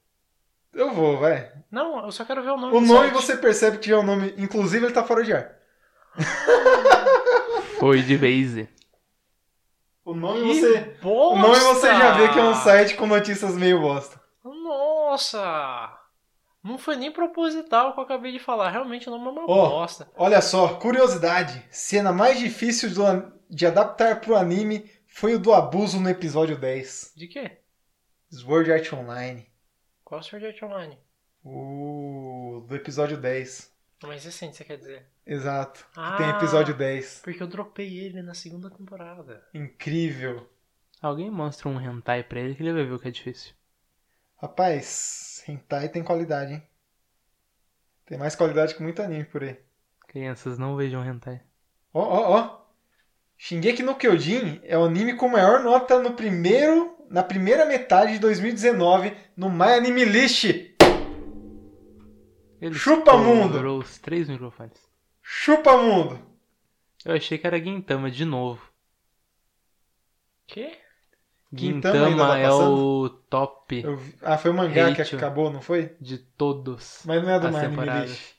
Speaker 1: Eu vou, vai.
Speaker 4: Não, eu só quero ver o nome
Speaker 1: O
Speaker 4: do
Speaker 1: nome
Speaker 4: site.
Speaker 1: você percebe que já é o nome. Inclusive, ele tá fora de ar.
Speaker 3: Foi de vez.
Speaker 1: O nome
Speaker 4: Que
Speaker 1: você. O
Speaker 4: bosta!
Speaker 1: nome você já vê que é um site com notícias meio bosta.
Speaker 4: Nossa! Não foi nem proposital o que eu acabei de falar. Realmente o nome é uma
Speaker 1: Ó.
Speaker 4: bosta.
Speaker 1: Olha só, curiosidade. Cena mais difícil do an- de adaptar pro anime foi o do abuso no episódio 10.
Speaker 4: De quê?
Speaker 1: Sword Art Online.
Speaker 4: Qual é Sword Art Online?
Speaker 1: O Uh, do episódio 10.
Speaker 4: É Mais recente, você quer dizer?
Speaker 1: Exato.
Speaker 4: Ah.
Speaker 1: Tem episódio 10.
Speaker 4: Porque eu dropei ele na segunda temporada.
Speaker 1: Incrível.
Speaker 3: Alguém mostra um hentai pra ele que ele vai ver o que é difícil.
Speaker 1: Rapaz, hentai tem qualidade, hein? Tem mais qualidade que muito anime por aí.
Speaker 3: Crianças, não vejam hentai.
Speaker 1: Ó, ó, ó. Shingeki no Kyojin é o anime com maior nota no primeiro, na primeira metade de 2019 no My Anime List.
Speaker 3: Ele
Speaker 1: Chupa,
Speaker 3: estourou
Speaker 1: mundo!
Speaker 3: os três microfones.
Speaker 1: Chupa mundo.
Speaker 3: Eu achei que era Gintama de novo.
Speaker 4: Que?
Speaker 1: Gintama ainda
Speaker 3: Gintama
Speaker 1: tá
Speaker 3: é o top
Speaker 1: Eu vi- Ah, foi o mangá que
Speaker 3: Eiichiro.
Speaker 1: acabou, não foi?
Speaker 3: de todos
Speaker 1: Mas não é do
Speaker 3: As
Speaker 1: My Anime
Speaker 3: temporadas.
Speaker 1: List.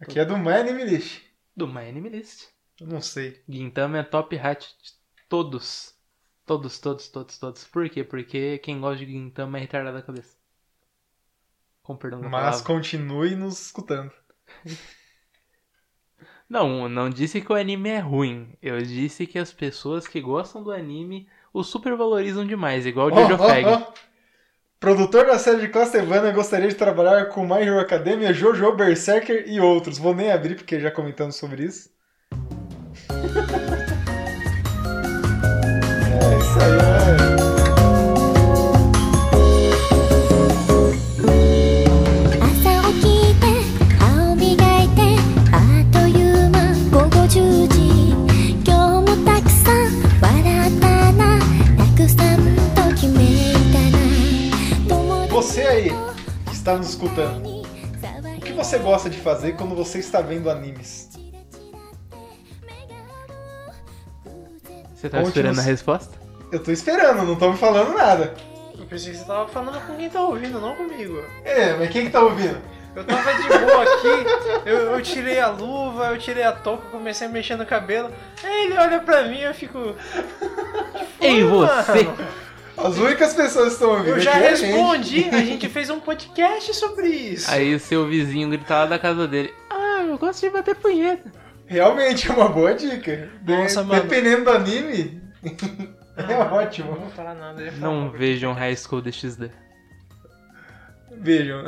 Speaker 1: Aqui é do My Anime List.
Speaker 3: do My Anime List.
Speaker 1: Eu não sei.
Speaker 3: Gintama é top hat de todos. Todos, todos, todos, todos. Por quê? Porque quem gosta de Gintama é retardado da cabeça. Com perdão da
Speaker 1: Mas
Speaker 3: palavra.
Speaker 1: continue nos escutando.
Speaker 3: Não, não disse que o anime é ruim. Eu disse que as pessoas que gostam do anime o supervalorizam demais, igual o Jojo
Speaker 1: Ó, ó,
Speaker 3: Fag.
Speaker 1: ó. Produtor da série de Castlevania gostaria de trabalhar com My Hero Academia, Jojo, Berserker e outros. Vou nem abrir porque já comentamos sobre isso. né? É isso aí, é. está nos escutando. O que você gosta de fazer quando você está vendo animes?
Speaker 3: Você tava
Speaker 1: Ótimos.
Speaker 3: esperando a resposta?
Speaker 1: Eu tô esperando, não estão me falando nada.
Speaker 4: Eu pensei que você tava falando com quem tá ouvindo, não comigo.
Speaker 1: É, mas quem que tá ouvindo?
Speaker 4: Eu tava de boa aqui, eu, eu tirei a luva, eu tirei a touca, comecei a mexer no cabelo. Aí ele olha pra mim e eu fico.
Speaker 3: Ei, você!
Speaker 1: As únicas pessoas que estão ouvindo.
Speaker 4: Eu já
Speaker 1: aqui é a gente.
Speaker 4: respondi, a gente fez um podcast sobre isso.
Speaker 3: Aí o seu vizinho gritava da casa dele. Ah, eu gosto de bater punheta.
Speaker 1: Realmente é uma boa dica. De-
Speaker 4: Nossa, mano.
Speaker 1: Dependendo do anime, é
Speaker 4: Ah, Não
Speaker 1: ótimo.
Speaker 4: vou falar nada. eu ia falar
Speaker 3: Não
Speaker 4: sobre-
Speaker 3: vejam High School DxD.
Speaker 1: Vejam.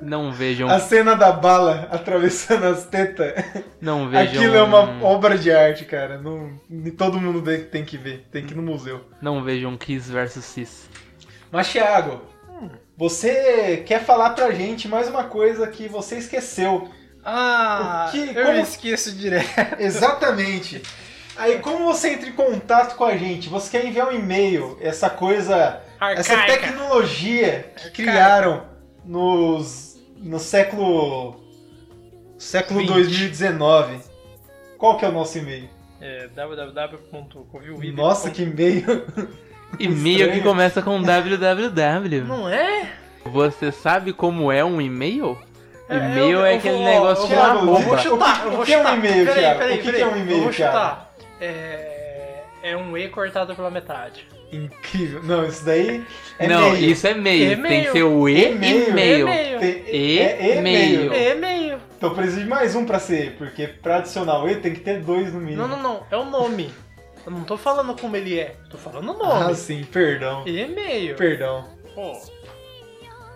Speaker 3: Não vejam.
Speaker 1: A cena da bala atravessando as tetas.
Speaker 3: Não vejam.
Speaker 1: Aquilo é uma
Speaker 4: um-
Speaker 1: obra de arte, cara. Não, todo mundo tem- tem que ver. Tem que ir no museu.
Speaker 3: Não vejam Kiss vs Cis.
Speaker 1: Mas, Thiago,
Speaker 4: Hum.
Speaker 1: você quer falar pra gente mais uma coisa que você esqueceu.
Speaker 4: Ah,
Speaker 1: O que-
Speaker 4: eu
Speaker 1: como-
Speaker 4: esqueço direto.
Speaker 1: Exatamente. Aí, como você entra em contato com a gente? Você quer enviar um e-mail, essa coisa, essa
Speaker 4: Arcaica.
Speaker 1: tecnologia que criaram nos, no século século
Speaker 4: Vinte.
Speaker 1: 2019. Qual que é o nosso e-mail?
Speaker 4: É, www.conviuvida.
Speaker 1: Nossa, que e-mail.
Speaker 3: E-mail que
Speaker 1: Estranho.
Speaker 3: começa com www.
Speaker 4: Não é?
Speaker 3: Você sabe como é um e-mail?
Speaker 4: É,
Speaker 3: E-mail
Speaker 4: eu-
Speaker 3: é
Speaker 4: eu
Speaker 3: aquele
Speaker 4: vou-
Speaker 3: negócio com
Speaker 4: eu
Speaker 3: uma
Speaker 1: Thiago,
Speaker 4: vou- eu vou
Speaker 1: deixa
Speaker 3: bomba.
Speaker 4: chutar,
Speaker 1: O
Speaker 4: Tá, eu vou
Speaker 1: que é um
Speaker 4: chutar.
Speaker 1: e-mail,
Speaker 4: Peraí,
Speaker 1: Thiago?
Speaker 4: peraí,
Speaker 1: O que
Speaker 4: peraí,
Speaker 1: é um e-mail,
Speaker 4: Eu vou
Speaker 1: Thiago?
Speaker 4: chutar. É... é um E cortado pela metade.
Speaker 1: Incrível. Não, isso daí é
Speaker 3: Não,
Speaker 1: e-mail.
Speaker 3: isso é e-mail. Tem que
Speaker 4: E-mail.
Speaker 3: ser o E
Speaker 1: E-mail.
Speaker 3: e-mail.
Speaker 1: Tem-
Speaker 3: E-
Speaker 1: é e-mail.
Speaker 3: e-mail.
Speaker 4: E-mail.
Speaker 1: Então precisa de mais um pra ser, porque pra adicionar o E tem que ter dois no mínimo.
Speaker 4: Não, não, não. É o nome. Eu não tô falando como ele é. Tô falando o
Speaker 1: Ah,
Speaker 4: nome.
Speaker 1: sim, perdão.
Speaker 4: E-mail.
Speaker 1: Perdão.
Speaker 4: Pô,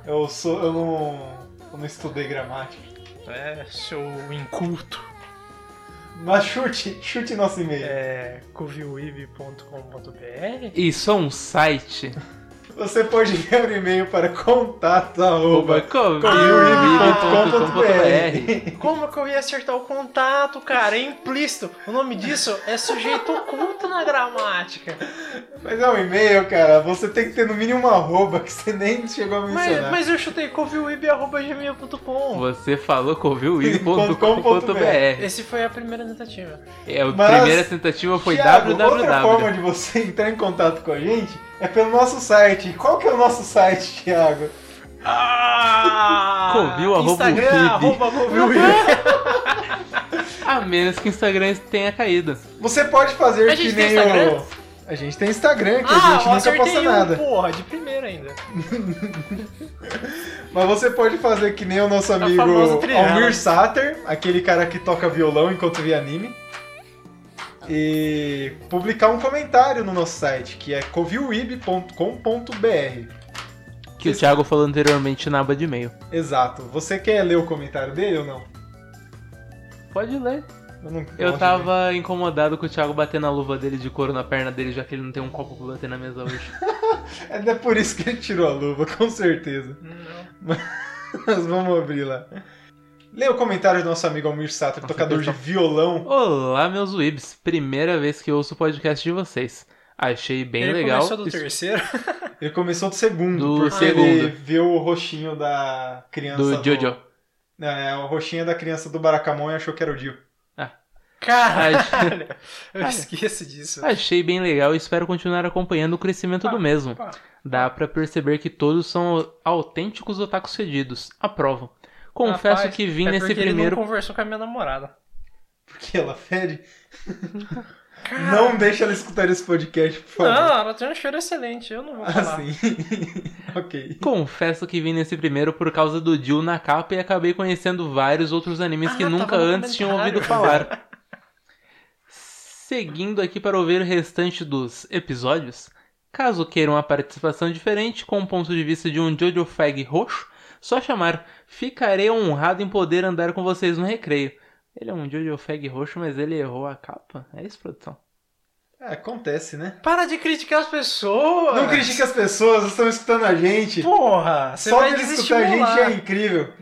Speaker 1: Eu sou. Eu não. Eu não estudei gramática.
Speaker 4: é seu inculto.
Speaker 1: Mas chute, chute nosso e-mail.
Speaker 4: É coviwive.com.br
Speaker 3: Isso é um site.
Speaker 1: Você pode enviar o e-mail para contato arroba
Speaker 3: comigo.com.br.
Speaker 4: Como que eu ia acertar o contato, cara? É implícito. O nome disso é sujeito oculto na gramática.
Speaker 1: Mas é um e-mail, cara. Você tem que ter no mínimo uma arroba que você nem chegou a
Speaker 4: Mas,
Speaker 1: mencionar.
Speaker 4: mas eu chutei coviwib.gmail.com.
Speaker 3: Você falou coviuib.com.br.
Speaker 4: Esse foi a primeira tentativa.
Speaker 3: É, a
Speaker 1: Mas,
Speaker 3: primeira tentativa foi
Speaker 1: Thiago, Outra
Speaker 3: www.
Speaker 1: forma de você entrar em contato com a gente é pelo nosso site. Qual que é o nosso site, Thiago?
Speaker 4: Ah!
Speaker 3: Covil, arroba
Speaker 4: Instagram,
Speaker 3: Wibe.
Speaker 4: arroba coviwib.
Speaker 3: A menos que o Instagram tenha caído.
Speaker 1: Você pode fazer
Speaker 4: A
Speaker 1: que
Speaker 4: gente
Speaker 1: nem
Speaker 4: tem Instagram?
Speaker 1: o. A gente tem Instagram, que
Speaker 4: Ah,
Speaker 1: a gente
Speaker 4: eu
Speaker 1: nunca
Speaker 4: acertei
Speaker 1: posta
Speaker 4: um,
Speaker 1: nada.
Speaker 4: porra, de primeira ainda.
Speaker 1: Mas você pode fazer que nem o nosso
Speaker 3: Tá
Speaker 1: amigo
Speaker 4: famosa trilhada.
Speaker 1: Almir Sater, aquele cara que toca violão enquanto vê anime. E publicar um comentário no nosso site, que é covilweb.com.br.
Speaker 3: Que o Thiago falou anteriormente na aba de e-mail.
Speaker 1: Exato. Você quer ler o comentário dele ou não?
Speaker 3: Pode ler.
Speaker 1: Eu, não gosto
Speaker 3: Eu
Speaker 1: de ler.
Speaker 3: tava incomodado com o Thiago batendo a luva dele de couro na perna dele, já que ele não tem um copo pra bater na mesa hoje.
Speaker 1: É por isso que ele tirou a luva, com certeza. Mas vamos abrir lá. Lê o comentário do nosso amigo Almir Sater,
Speaker 3: Nossa,
Speaker 1: tocador de
Speaker 3: pessoal.
Speaker 1: violão.
Speaker 3: Olá, meus Weebs. Primeira vez que ouço o podcast de vocês. Achei bem
Speaker 4: Ele
Speaker 3: legal.
Speaker 4: começou do
Speaker 3: Estou-
Speaker 4: terceiro.
Speaker 1: Ele começou do segundo,
Speaker 3: Do
Speaker 1: porque ele
Speaker 3: segundo.
Speaker 1: viu o roxinho da criança.
Speaker 3: do Jojo.
Speaker 1: Não, é o roxinho da criança do Baracamon e achou que era o Dio.
Speaker 4: Caralho, eu esqueço disso.
Speaker 3: Achei bem legal e espero continuar acompanhando o crescimento do mesmo.
Speaker 4: pá.
Speaker 3: Dá pra perceber que todos são autênticos otakus fedidos. Aprovo. Confesso
Speaker 4: Rapaz,
Speaker 3: que vim
Speaker 4: é
Speaker 3: nesse
Speaker 4: porque Ele
Speaker 3: primeiro.
Speaker 4: não conversou com a minha namorada.
Speaker 1: Porque ela fede. Não deixa ela escutar esse podcast, por favor.
Speaker 4: Não, ela tem um cheiro excelente, eu não vou falar.
Speaker 1: Assim. ok.
Speaker 3: Confesso que vim nesse primeiro por causa do Jill na capa e acabei conhecendo vários outros animes
Speaker 4: Ah,
Speaker 3: que
Speaker 4: tava
Speaker 3: nunca
Speaker 4: no
Speaker 3: antes tinham
Speaker 4: comentário.
Speaker 3: ouvido falar. Seguindo aqui para ouvir o restante dos episódios, caso queiram uma participação diferente com o ponto de vista de um Jojo Fag roxo, só chamar. Ficarei honrado em poder andar com vocês no recreio. Ele é um Jojo Fag roxo, mas ele errou a capa? É isso, produção?
Speaker 1: É, acontece, né?
Speaker 4: Para de criticar as pessoas!
Speaker 1: Não critique as pessoas, elas estão escutando a gente.
Speaker 4: Porra, é. você
Speaker 1: Só
Speaker 4: vai
Speaker 1: de escutar a
Speaker 4: desestimular.
Speaker 1: gente é incrível.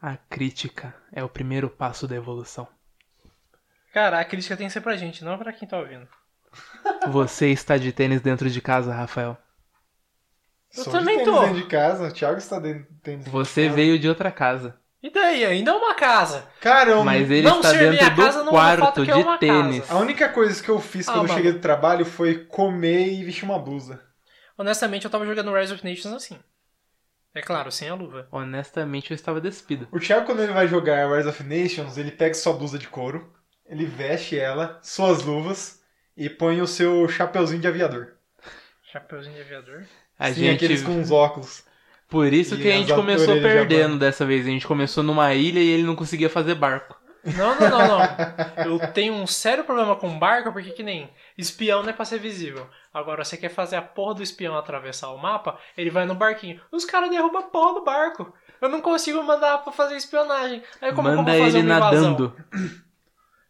Speaker 3: A crítica é o primeiro passo da evolução.
Speaker 4: Cara, a crítica tem que ser pra gente, não pra quem tá ouvindo.
Speaker 3: Você está de tênis dentro de casa, Rafael.
Speaker 1: Sou
Speaker 3: também
Speaker 1: de
Speaker 3: tô.
Speaker 1: tênis dentro de casa, o Thiago está dentro de tênis.
Speaker 3: Você
Speaker 1: dentro de casa.
Speaker 3: veio de outra casa.
Speaker 4: E daí? Ainda é uma casa.
Speaker 1: Cara, eu-
Speaker 3: Mas ele
Speaker 4: não
Speaker 3: está
Speaker 4: ser minha
Speaker 3: dentro do
Speaker 4: casa não falta
Speaker 3: quarto
Speaker 4: que é uma
Speaker 3: de
Speaker 4: casa.
Speaker 3: tênis.
Speaker 1: a única coisa que eu fiz quando
Speaker 4: Ah,
Speaker 1: eu
Speaker 4: mano.
Speaker 1: cheguei do trabalho foi comer e vestir uma blusa.
Speaker 4: Honestamente, eu tava jogando Rise of Nations assim. É claro, sem a luva.
Speaker 3: Honestamente, eu estava despido.
Speaker 1: O Thiago, quando ele vai jogar Wars of Nations, ele pega sua blusa de couro, ele veste ela, suas luvas e põe o seu chapeuzinho de aviador.
Speaker 4: Chapeuzinho de aviador.
Speaker 3: A
Speaker 1: Sim,
Speaker 3: gente
Speaker 1: aqueles com os óculos.
Speaker 3: Por isso
Speaker 1: E
Speaker 3: que a gente
Speaker 1: as
Speaker 3: começou
Speaker 1: orelhas de
Speaker 3: perdendo
Speaker 1: abano.
Speaker 3: dessa vez. A gente começou numa ilha e ele não conseguia fazer barco.
Speaker 4: Não, não, não, não. Eu tenho um sério problema com barco, porque que nem espião não é pra ser visível. Agora, você quer fazer a porra do espião atravessar o mapa, ele vai no barquinho. Os caras derrubam a porra do barco. Eu não consigo mandar pra fazer espionagem. Aí como que eu
Speaker 3: Manda
Speaker 4: vou fazer
Speaker 3: ele
Speaker 4: uma invasão?
Speaker 3: nadando.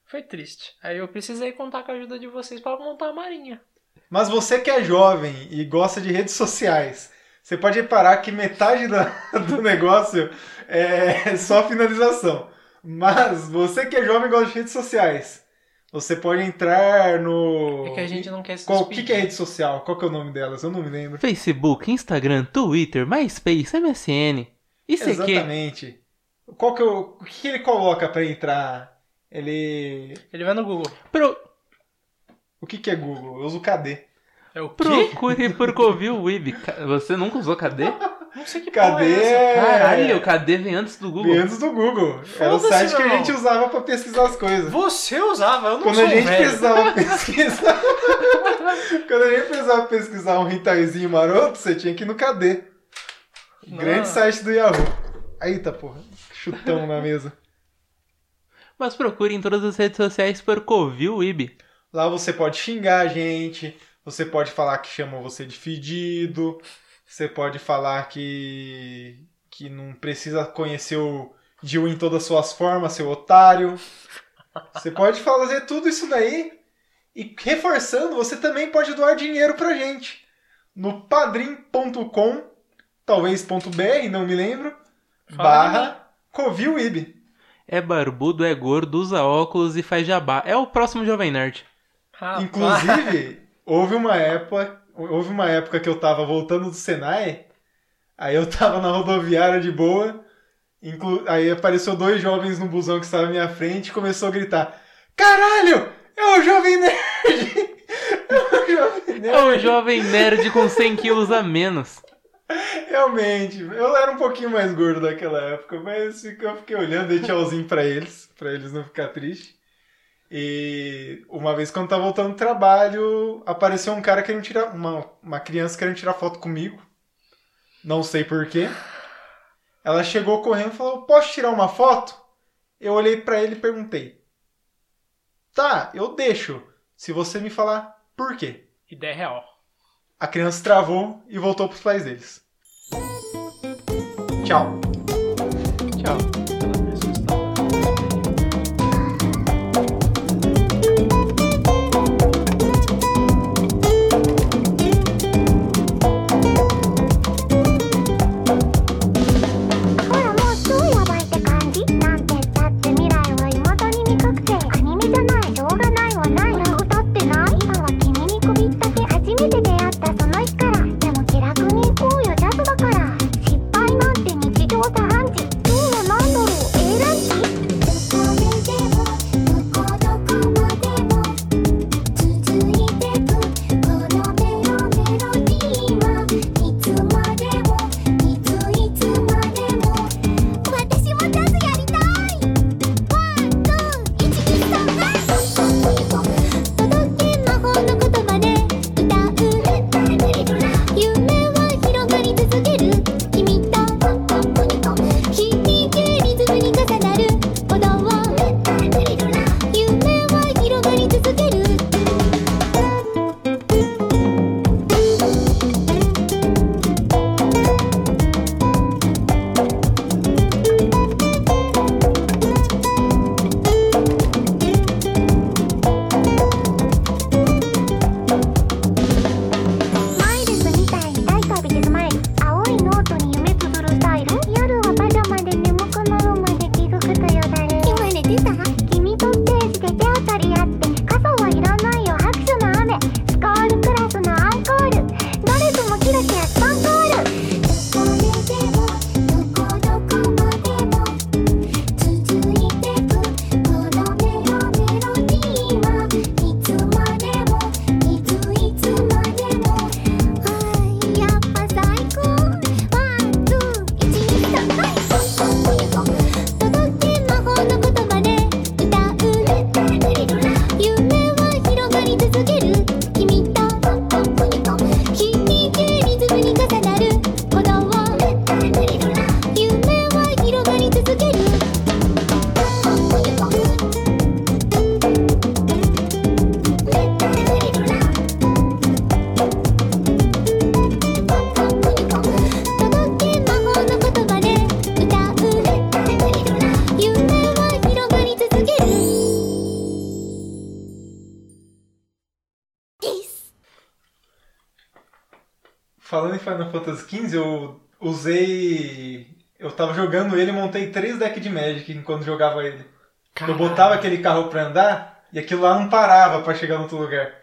Speaker 4: Foi triste. Aí eu precisei contar com a ajuda de vocês pra montar a marinha.
Speaker 1: Mas você que é jovem e gosta de redes sociais, você pode reparar que metade da- do negócio é só finalização. Mas você que é jovem e gosta de redes sociais, você pode entrar no.
Speaker 4: É que a gente não quer se
Speaker 1: Qual, o que,
Speaker 4: despedir.
Speaker 1: que é rede social? Qual que é o nome delas? Eu não me lembro.
Speaker 3: Facebook, Instagram, Twitter, MySpace, MSN. Isso aqui.
Speaker 1: Exatamente. Qual que é o, o que que ele coloca pra entrar? Ele.
Speaker 4: Ele vai no Google.
Speaker 3: Pro...
Speaker 1: O que, que é Google? Eu uso KD.
Speaker 4: É o quê?
Speaker 3: Procure por Covil Web. Ca- Você nunca usou KD?
Speaker 4: Não sei que porra
Speaker 1: KD
Speaker 4: é essa.
Speaker 1: é.
Speaker 3: Caralho, o KD vem antes do
Speaker 1: Vem
Speaker 3: Google.
Speaker 1: antes do Google. Era o
Speaker 4: Foda-se,
Speaker 1: site que
Speaker 4: meu
Speaker 1: a gente
Speaker 4: irmão.
Speaker 1: usava pra pesquisar as coisas.
Speaker 4: Você usava, eu não
Speaker 1: Quando
Speaker 4: sou
Speaker 1: a gente
Speaker 3: É.
Speaker 4: velho.
Speaker 1: precisava pesquisar. Quando a gente precisava pesquisar um rentalzinho maroto, você tinha que ir no KD.
Speaker 4: Não.
Speaker 1: Grande site do Yahoo. Eita porra, chutão na mesa.
Speaker 3: Mas procure em todas as redes sociais por Covil Web.
Speaker 1: Lá você pode xingar a gente, você pode falar que chamam você de fedido, você pode falar que que não precisa conhecer o Jill em todas as suas formas, seu otário. Você pode fazer tudo isso daí e reforçando, você também pode doar dinheiro pra gente no padrim.com, talvez ponto .br, não me lembro,
Speaker 4: Fala aí. né?
Speaker 1: barra Covilib.
Speaker 3: É barbudo, é gordo, usa óculos e faz jabá. É o próximo Jovem Nerd.
Speaker 4: Rapaz.
Speaker 1: Inclusive, houve uma época, houve uma época que eu tava voltando do Senai, aí eu tava na rodoviária de boa, inclu- aí apareceu dois jovens no busão que estava à minha frente e começou a gritar: "Caralho! É o jovem nerd!" É o jovem
Speaker 3: É
Speaker 1: nerd.
Speaker 3: o Jovem Nerd com 100 quilos a menos.
Speaker 1: Realmente, eu era um pouquinho mais gordo naquela época, mas fica- eu fiquei olhando, dei tchauzinho pra eles, pra eles não ficar tristes. E uma vez quando eu tava voltando do trabalho, apareceu um cara querendo tirar. Uma, uma criança querendo tirar foto comigo. Não sei porquê. Ela chegou correndo e falou: Posso tirar uma foto? Eu olhei pra ele e perguntei: Tá, eu deixo. Se você me falar por quê.
Speaker 4: Ideia real.
Speaker 1: A criança travou e voltou pros pais deles. Tchau.
Speaker 3: Tchau.
Speaker 2: 「ほらもうすぐやばいって感じ」「なんてったって未来は未だに未確定」「アニメじゃないしょうがないはない」「俺歌ってない」「今は君にこびったけ」「初めて出会ったその日から」「でも気楽に行こうよジャズだから」「失敗なんて日常茶飯事」「今何度
Speaker 1: Falando em Final Fantasy XV, eu usei. Eu tava jogando ele e montei três decks de Magic enquanto jogava ele. Eu
Speaker 4: Caralho.
Speaker 1: botava aquele carro pra andar e aquilo lá não parava pra chegar no outro lugar.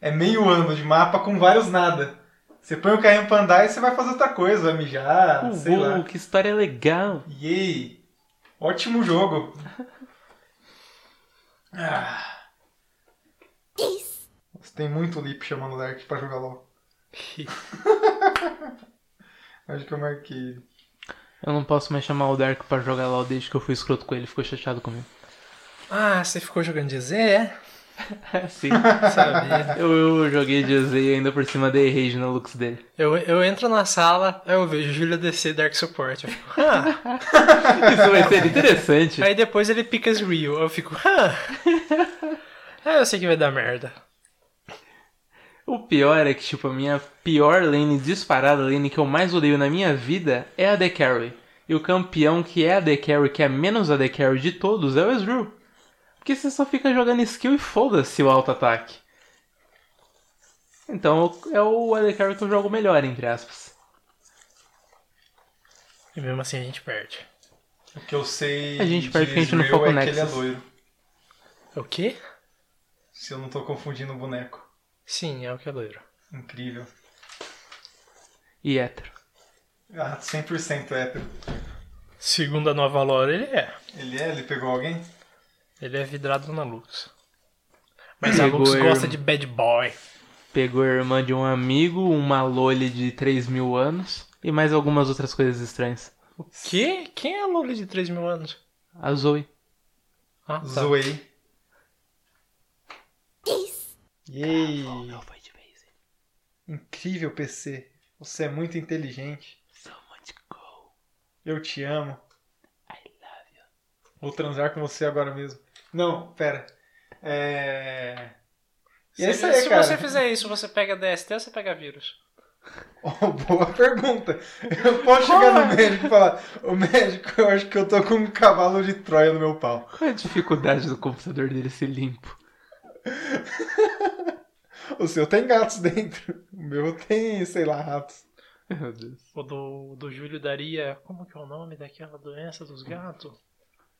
Speaker 1: É meio ano de mapa com vários nada. Você põe o carrinho pra andar e você vai fazer outra coisa, vai mijar,
Speaker 3: Uh,
Speaker 1: Ah, sei lá.
Speaker 3: que história legal.
Speaker 1: Yay! Ótimo jogo. Ah. Nossa, Tem muito lip chamando o Dark pra jogar LOL. Acho que eu marquei.
Speaker 3: Eu não posso mais chamar o Dark pra jogar LOL desde que eu fui escroto com ele, ele ficou chateado comigo.
Speaker 4: Ah, você ficou jogando de EZ, é?
Speaker 3: Sim.
Speaker 4: Sabia.
Speaker 3: Eu, eu joguei de EZ e ainda por cima dei rage no looks dele.
Speaker 4: eu, eu entro na sala, aí eu vejo Júlia descer Dark Support. Eu fico, ah.
Speaker 3: Isso vai ser interessante.
Speaker 4: Aí depois ele pica as Real. Eu fico, ah. Ah, eu sei que vai dar merda.
Speaker 3: O pior é que, tipo, a minha pior lane disparada, a lane que eu mais odeio na minha vida, é a The Carry. E o campeão que é a The Carry, que é menos a The Carry de todos, é o Ezreal. Porque você só fica jogando skill e foda-se o auto-ataque. Então é o AD Carry que eu jogo melhor, entre aspas.
Speaker 4: E mesmo assim a gente perde.
Speaker 1: O que eu sei.
Speaker 3: A gente perde
Speaker 1: de
Speaker 3: porque a gente não
Speaker 1: Israel
Speaker 3: foca no
Speaker 1: é que ele é
Speaker 3: Nexus.
Speaker 1: loiro.
Speaker 4: É O quê?
Speaker 1: Se eu não tô confundindo o boneco.
Speaker 4: Sim, é o que é loiro.
Speaker 1: Incrível.
Speaker 3: E hétero.
Speaker 1: Ah, 100% hétero.
Speaker 4: Segundo a nova lore, ele é.
Speaker 1: Ele é? Ele pegou alguém?
Speaker 4: Ele é vidrado na Lux. Mas a
Speaker 3: Pegou
Speaker 4: Lux
Speaker 3: a
Speaker 4: gosta
Speaker 3: irmã.
Speaker 4: de bad boy.
Speaker 3: Pegou a irmã de um amigo, uma loli de 3 mil anos e mais algumas outras coisas estranhas.
Speaker 4: Que? Quem é a Loli de 3 mil anos?
Speaker 3: A Zoe.
Speaker 4: Ah, tá.
Speaker 1: Zoei. Yay!
Speaker 3: Não foi de vez.
Speaker 1: Incrível PC. Você é muito inteligente.
Speaker 3: Someone go.
Speaker 1: Eu te amo.
Speaker 3: I love you.
Speaker 1: Vou transar com você agora mesmo. Não, pera. É. E é
Speaker 4: Se-
Speaker 1: isso aí,
Speaker 4: se
Speaker 1: cara.
Speaker 4: você fizer isso, você pega DST ou você pega vírus?
Speaker 1: Oh, boa pergunta. Eu posso chegar no médico e falar: Ô médico, eu acho que eu tô com um cavalo de Troia no meu pau.
Speaker 3: Qual é a dificuldade do computador dele ser limpo?
Speaker 1: O seu tem gatos dentro. O meu tem, sei lá, ratos.
Speaker 3: Meu Deus.
Speaker 4: O do, do Júlio daria. Como que é o nome daquela doença dos gatos?